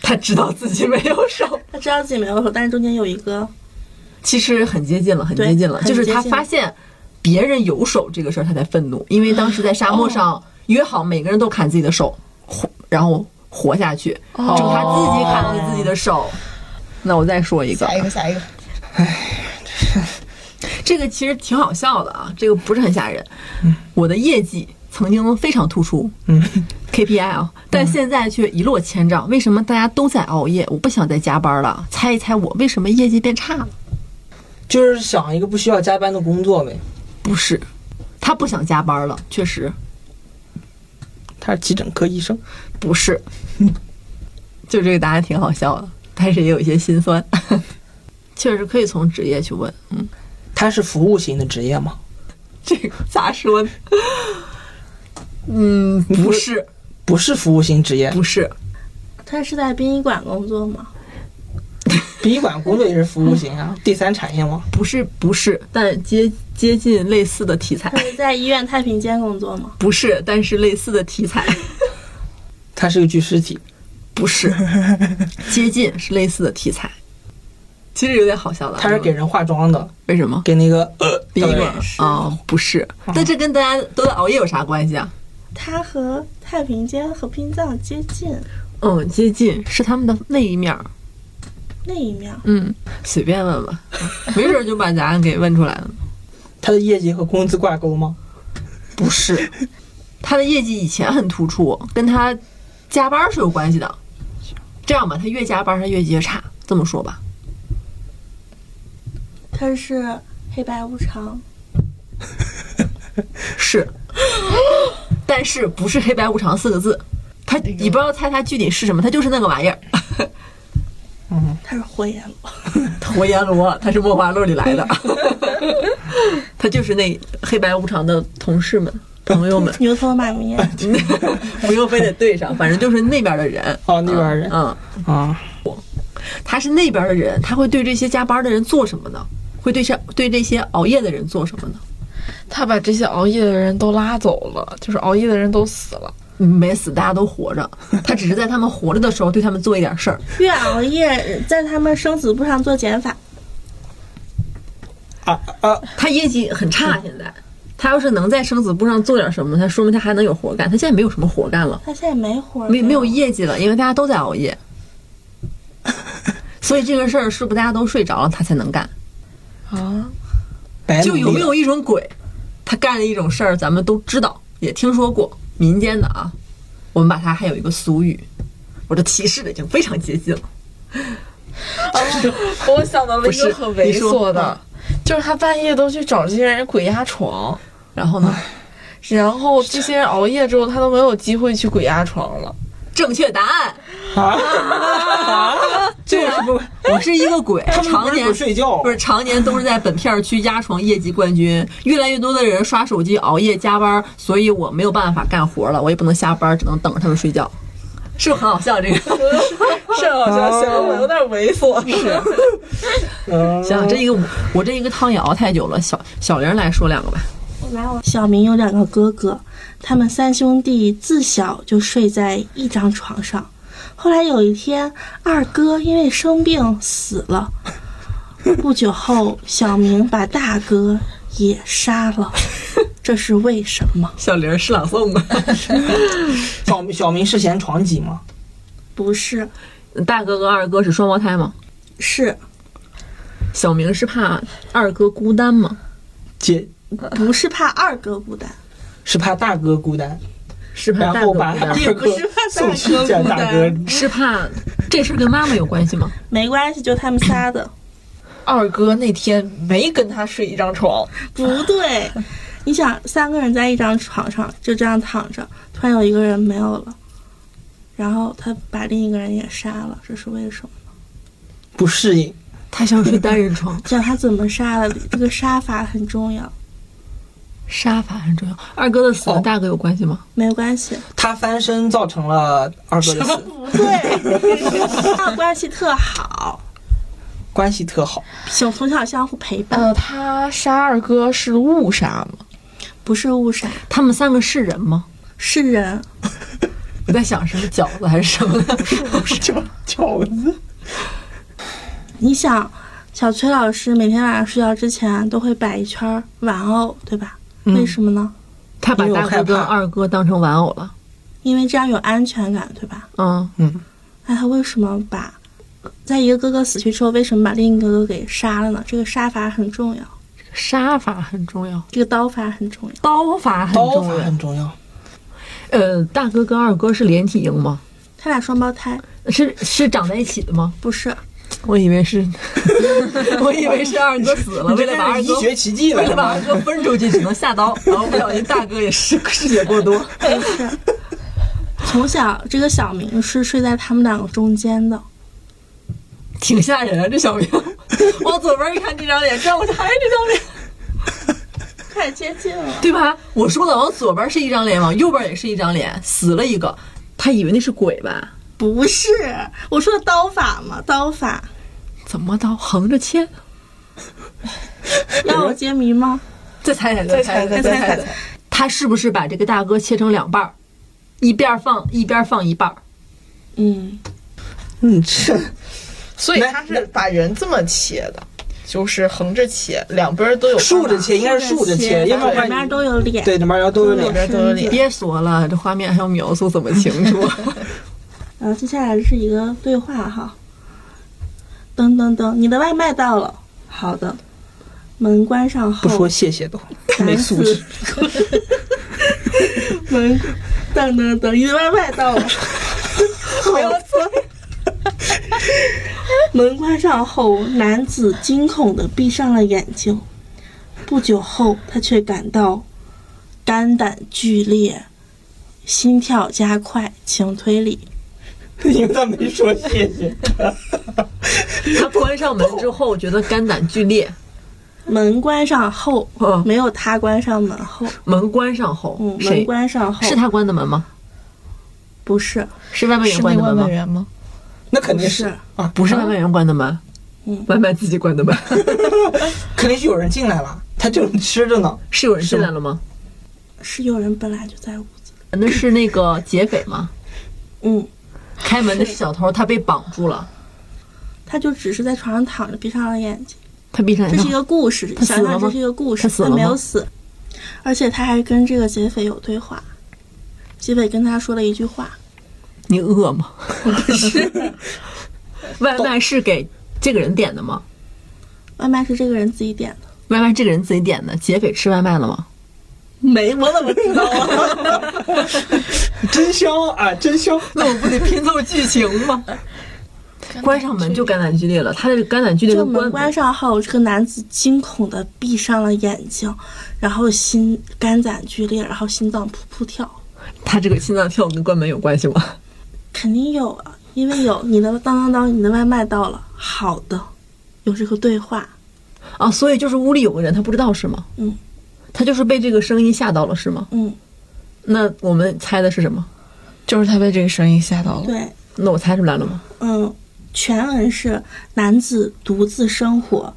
A: 他知道自己没有手，
C: 他知道自己没有手，但是中间有一个
A: 其实很接近了，很接近了。
C: 对
A: 就是他
C: 很接近
A: 发现别人有手这个事儿，他才愤怒，因为当时在沙漠上约好每个人都砍自己的手，活然后活下去，只有他自己砍了自己的手。那我再说一个，
B: 个，下一个。
A: 这个其实挺好笑的啊，这个不是很吓人。我的业绩曾经非常突出，
D: 嗯
A: KPI 啊，但现在却一落千丈。为什么大家都在熬夜？我不想再加班了。猜一猜我为什么业绩变差了？
D: 就是想一个不需要加班的工作呗。
A: 不是，他不想加班了，确实
D: 他是急诊科医生，
A: 不是。 就这个答案挺好笑的，但是也有一些心酸。 确实可以从职业去问，嗯，
D: 他是服务型的职业吗？
A: 这个咋说呢？ 嗯，不是，
D: 不是服务型职业，
A: 不是，
C: 他是在殡仪馆工作吗？
D: 殡仪馆工作也是服务型
A: 嗯
D: 啊，第三产业吗？
A: 不是，不是，但接接近类似的题材
C: 他，是在医院太平间工作吗？
A: 不是，但是类似的题材，
D: 他是个具尸
A: 嗯
D: 体，
A: 不是，接近是类似的题材，其实有点好笑的啊。
D: 他是给人化妆的，
A: 为什么？
D: 给那个呃
A: 殡仪
D: 导
A: 馆
D: 演
A: 啊，不是，但这跟大家都在熬夜有啥关系啊？
C: 他和太平间和殡葬接近
A: 嗯，接近是他们的那一面儿。
C: 那一面，
A: 嗯，随便问吧，没准儿就把答案给问出来了。
D: 他的业绩和工资挂钩吗？
A: 不是， 他的业绩以前很突出，跟他加班是有关系的。这样吧，他越加班他业绩越差，这么说吧。
C: 他是黑白无常。
A: 是，但是不是黑白无常四个字。他，你不要猜他具体是什么，他就是那个玩意儿，
C: 他是火焰龙，
A: 活阎罗，他是梦华录里来的， 他就是那黑白无常的同事们、朋友们，
C: 牛头马面，
A: 不用非得对上，反正就是那边的人，
D: 哦，那边人
A: 嗯，
D: 啊，
A: 他是那边的人，他会对这些加班的人做什么呢？会对这对这些熬夜的人做什么呢？
B: 他把这些熬夜的人都拉走了，就是熬夜的人都死了。
A: 没死，大家都活着，他只是在他们活着的时候对他们做一点事儿。
C: 越熬夜在他们生死簿上做减法。
D: 啊啊！
A: 他业绩很差，现在。他要是能在生死簿上做点什么，他说明他还能有活干。他现在没有什么活干了，
C: 他现在没活儿，
A: 没没有业绩了，因为大家都在熬夜。所以这个事儿是不是大家都睡着了他才能干？
B: 啊，
D: 白
A: 就
D: 努力
A: 有没有
D: 了
A: 一种鬼，他干了一种事儿，咱们都知道，也听说过民间的啊，我们把它还有一个俗语，我这提示的已经非常接近了。
B: 我想到了
A: 不
B: 一个
A: 是
B: 很
A: 你
B: 猥
A: 说
B: 琐的，就是他半夜都去找这些人鬼压床，
A: 然后呢，
B: 然后这些人熬夜之后，他都没有机会去鬼压床了。
A: 正确答案，
D: 啊？这个是 不？
A: 我是一个鬼，
D: 他们
A: 常
D: 不是
A: 年
D: 不睡觉
A: 不是常年都是在本片区压床业绩冠军，越来越多的人刷手机熬夜加班，所以我没有办法干活了，我也不能下班，只能等着他们睡觉，是不是很好笑？这个
B: 是好像行，我有点猥琐。是，
D: 嗯
A: 行，这一个我这一个汤也熬太久了，小小玲来说两个吧。
C: 小明有两个哥哥，他们三兄弟自小就睡在一张床上。后来有一天，二哥因为生病死 了。不久后，小明把大哥也杀 了，这是为什么？
A: 小玲是朗诵吧？
D: 小明小明是嫌床挤吗？
C: 不是，
A: 大哥和二哥是双胞胎吗？
C: 是
A: 小明是怕二哥孤单吗？
D: 姐
C: 不是怕二哥孤单？
D: 是怕大哥孤单，
A: 是怕
D: 然
A: 大哥
D: 后
A: 孤
D: 把
A: 单
D: 二
A: 吗？
C: 也不
D: 哥
C: 是怕大
D: 送
C: 哥
D: 去见大 哥
C: 孤。
A: 是怕这事儿跟妈妈有关系吗？
C: 没关系，就他们仨的。
B: 二哥那天没跟他睡一张床，
C: 不对，你想三个人在一张床上就这样躺着，突然有一个人没有了，然后他把另一个人也杀了，这是为什么？
D: 不适应，
A: 他想睡单人床，
C: 讲他怎么杀的，这个杀法很重要。
A: 杀法很重要。二哥的死
D: 哦
A: 跟大哥有关系吗？
C: 没有关系，
D: 他翻身造成了二哥的死，
C: 不对，他们关系特好，
D: 关系特好。
C: 从从小相互陪伴，
B: 呃，他杀二哥是误杀吗？
C: 不是误杀，
A: 他们三个是人吗？
C: 是人。
A: 我在想什么饺子还是 什么？
D: 饺饺子，
C: 你想，小崔老师每天晚上睡觉之前都会摆一圈儿玩偶，对吧？
D: 嗯
C: 为什么呢？
A: 他把
D: 因为我
A: 大哥
D: 害
A: 跟
D: 怕
A: 二哥当成玩偶了。
C: 因为这样有安全感，对吧？
A: 嗯，
C: 那哎他为什么把在一个哥哥死去之后，为什么把另一个哥哥给杀了呢？这个杀法很重要，
A: 杀法很重要，
C: 这个刀法很重要。
A: 刀法很
D: 刀
A: 重
D: 法
A: 要。
D: 很重要。
A: 呃，大哥跟二哥是连体婴吗？
C: 他俩双胞胎，
A: 是是长在一起的吗？
C: 不是
A: 我以为是， 我以为是二哥死了，为了把二
D: 这是
A: 哥
D: 医学奇迹
A: 为
D: 了
A: 了
D: 是
A: 把
D: 吧
A: 二？哥分出去，只能下刀，然后不小心大哥也 失失血过多。
C: 从小这个小明是睡在他们两个中间的，
A: 挺吓人啊，这小明。往左边一看这张脸，转过去还是这张脸，
C: 太接近了。
A: 对吧？我说的往左边是一张脸，往右边也是一张脸，死了一个，他以为那是鬼吧？
C: 不是，我说的刀法嘛，刀法。
A: 怎么刀横着切？
C: 要我揭谜吗？
A: 再猜猜，再猜
B: 再
A: 再
B: 猜
A: 猜
B: 再
A: 猜，他是不是把这个大哥切成两半儿，一边儿放一边儿放一半儿？
C: 嗯，
D: 嗯，这
B: 所以他是把人这么切的，就是横着切，两边都 有
D: 竖着切应该是竖着切，要不
C: 两
D: 然
C: 边都有脸。嗯
D: 对，两嗯边要都有脸。
B: 两边都有脸。
A: 别说了，这画面还有描述怎么清楚？
C: 然呃后接下来是一个对话哈，噔噔噔，你的外卖到了。好的，门关上后，
D: 不说谢 谢都没素质。
C: 门噔噔噔，你的外卖到了。好错。门关上后，男子惊恐地闭上了眼睛。不久后，他却感到肝胆俱裂，心跳加快。请推理。
D: 因为他没说谢谢。
A: 他关上门之后，觉得肝胆俱裂，
C: 门关上后，
A: 嗯
C: 没有他关上门后。
A: 门关上后，
C: 嗯，门
A: 谁
C: 关上后
A: 是他关的门吗？
C: 不是
A: 是外卖员
B: 是
A: 关
B: 那
A: 的
B: 外
A: 门吗
B: 卖？员吗？
D: 那肯定
C: 不
D: 是
C: 是
D: 啊，
A: 不是外卖员关的门，
C: 嗯
A: 外卖自己关的 门。
D: 肯定是有人进来了，他正吃着呢。
A: 是有人进来了吗？
C: 是有人本来就在屋子。
A: 那是那个劫匪吗？
C: 嗯，
A: 开门的是小偷，他被绑住 了，
C: 他就只是在床上躺着，闭上了眼睛。
A: 他闭上
C: 这
A: 眼
C: 是一
A: 睛。
C: 个故事，
A: 哎他死
C: 想
A: 了
C: 想这
A: 吗
C: 是一个故事，
A: 他死了吗
C: 没有死，而且他还跟这个劫匪有对话。劫匪跟他说了一句话，
A: 你饿吗？外卖是给这个人点的吗？
C: 外卖是这个人自己点的，
A: 外卖这个人自己点的，劫匪吃外卖了吗？
C: 没我怎么知道 啊？
D: 真香啊，真香！
A: 那我不得拼凑剧情 吗？关上门就橄榄剧烈了，他的橄榄剧烈
C: 就
A: 跟
C: 门
A: 关
C: 关上后，这个男子惊恐的闭上了眼睛，然后心肝胆俱裂，然后心脏扑扑跳，
A: 他这个心脏跳跟关门有关系吗？
C: 肯定有啊，因为有你的当当当，你的外卖到了，好的，有这个对话，
A: 啊，所以就是屋里有个人，他不知道是吗？
C: 嗯，
A: 他就是被这个声音吓到了是吗？
C: 嗯，
A: 那我们猜的是什么？
B: 就是他被这个声音吓到了。
C: 对，
A: 那我猜出来了吗？
C: 嗯，全文是男子独自生活，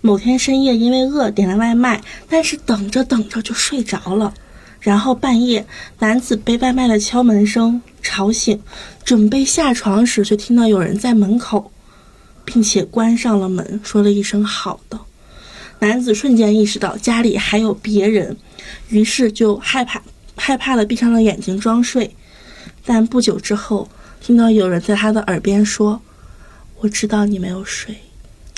C: 某天深夜因为饿点了外卖，但是等着等着就睡着了。然后半夜，男子被外卖的敲门声吵醒，准备下床时却听到有人在门口，并且关上了门，说了一声“好的”。男子瞬间意识到家里还有别人，于是就害怕害怕的闭上了眼睛装睡。但不久之后，听到有人在他的耳边说：“我知道你没有睡。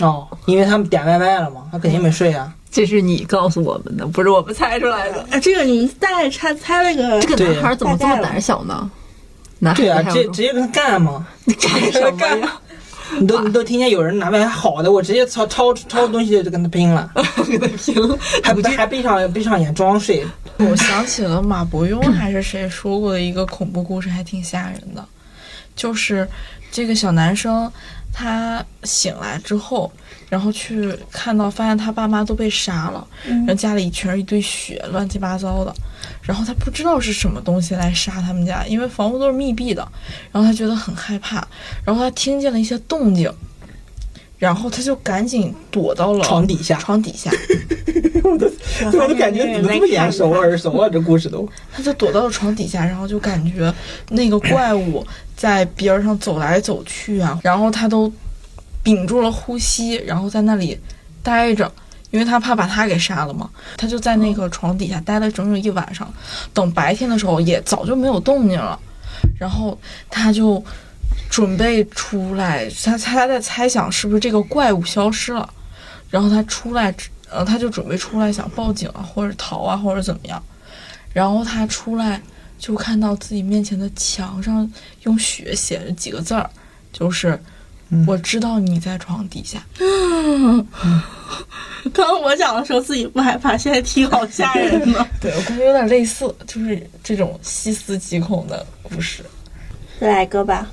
D: 哦，因为他们点外卖了嘛，他肯定没睡啊。
A: 这是你告诉我们的，不是我们猜出来的。”
C: 啊，这个你们大概猜猜了个
A: 这个
D: 对啊
A: 男孩怎么这么胆小呢？男孩
D: 对啊，
A: 还有
D: 直
A: 这
D: 直接跟他干嘛？
A: 干什么呀？
D: 你都你都听见有人拿外卖好的，我直接抄抄抄东西就跟他拼了，
A: 给他拼了！
D: 还不还闭上闭上眼装睡。
B: 我想起了马伯庸还是谁说过的一个恐怖故事，还挺吓人的，就是这个小男生他醒来之后，然后去看到发现他爸妈都被杀了，然后家里全是一堆血，乱七八糟的，然后他不知道是什么东西来杀他们家，因为房屋都是密闭的，然后他觉得很害怕，然后他听见了一些动静。然后他就赶紧躲到了
D: 床底 下
B: 床底下，
C: 然后
D: 我都感觉怎么这么眼熟耳熟啊？这 故事都
B: 他就躲到了床底下，然后就感觉那个怪物在边上走来走去啊，然后他都屏住了呼吸，然后在那里待着，因为他怕把他给杀了嘛。他就在那个床底下待了整整一晚上，等白天的时候也早就没有动静了，然后他就准备出来，他他他在猜想是不是这个怪物消失了，然后他出来，呃，他就准备出来想报警啊，或者逃啊，或者怎么样。然后他出来就看到自己面前的墙上用血写着几个字儿，就是
D: 嗯
B: “我知道你在床底下
C: 刚刚我讲的时候自己不害怕，现在听好吓人 呢。”。
B: 对我感觉有点类似，就是这种细思极恐的故事。
C: 再来一个吧，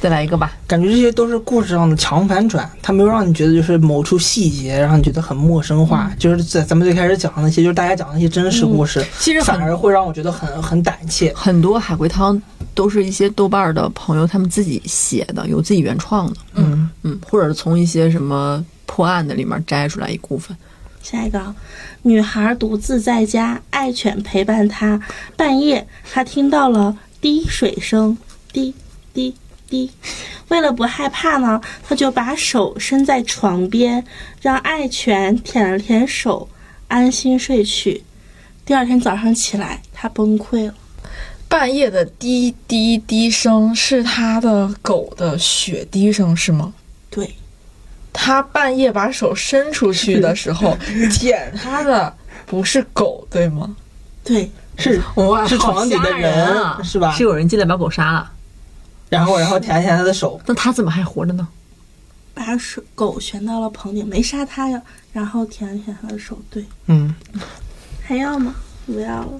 A: 再来一个吧，
D: 感觉这些都是故事上的强反转，它没有让你觉得就是某处细节让你觉得很陌生化，就是在咱们最开始讲的那些，就是大家讲的那些真实故事，
A: 其实很
D: 反而会让我觉得很很胆怯。
A: 很多海龟汤都是一些豆瓣儿的朋友他们自己写的，有自己原创的，
D: 嗯
A: 嗯，或者是从一些什么破案的里面摘出来一部分。
C: 下一个啊，女孩独自在家，爱犬陪伴她。半夜，她听到了滴水声，滴滴滴。为了不害怕呢，她就把手伸在床边，让爱犬舔了舔手，安心睡去。第二天早上起来，她崩溃了。
B: 半夜的滴滴滴声是他的狗的血滴声是吗？
C: 对，
B: 他半夜把手伸出去的时 候，舔他的不是狗对吗？
C: 对，
D: 是
A: 哇
D: 是床底的人啊是吧
A: 是有人进啊来把狗杀了，
D: 然后然后舔一舔他的手，
A: 那他怎么还活着呢？
C: 把手狗悬到了棚顶，没杀它呀，然后舔了舔她的手。对，
D: 嗯，
C: 还要吗？不要了，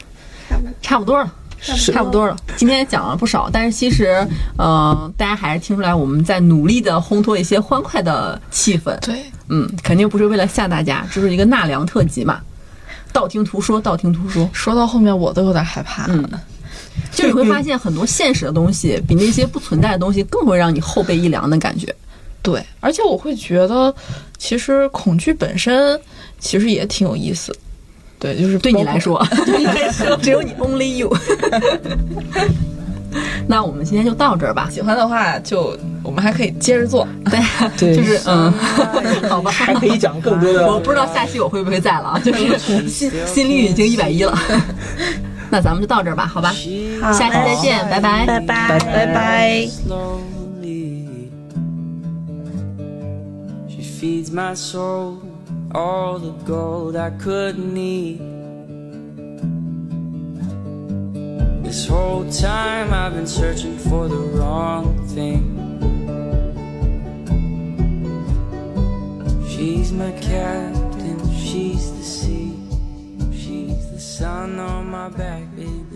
C: 差
A: 差不
C: 不多。
A: 多了。
D: 是
A: 差不多了，今天讲了不少，但是其实，呃，大家还是听出来我们在努力的烘托一些欢快的气氛。
B: 对，
A: 嗯，肯定不是为了吓大家，这是一个纳凉特辑嘛，道听途说，道听途说。
B: 说到后面我都有点害怕。
A: 嗯就你会发现很多现实的东西比那些不存在的东西更会让你后背一凉的感觉。
B: 对，而且我会觉得，其实恐惧本身其实也挺有意思。对，就是
A: 对你
B: 包括
A: 来，说，对你来说，只有你 only you。那我们今天就到这儿吧。
B: 喜欢的话就我们还可以接着做。
D: 对，
A: 就是嗯，好吧，
D: 还可以讲更多
A: 我
D: 的。
A: 不知道下期我会不会在了啊，就是心心率已经一百一了。 那咱们就到这儿吧，好吧，
C: 好
A: 下期再见，拜拜。
C: 拜拜。
B: 拜拜。
F: slowly. feeds my soul all the gold I couldn't eat. This whole time I've been searching for the wrong thing. She's my captain, she's the sea, she's the sun on my back, baby.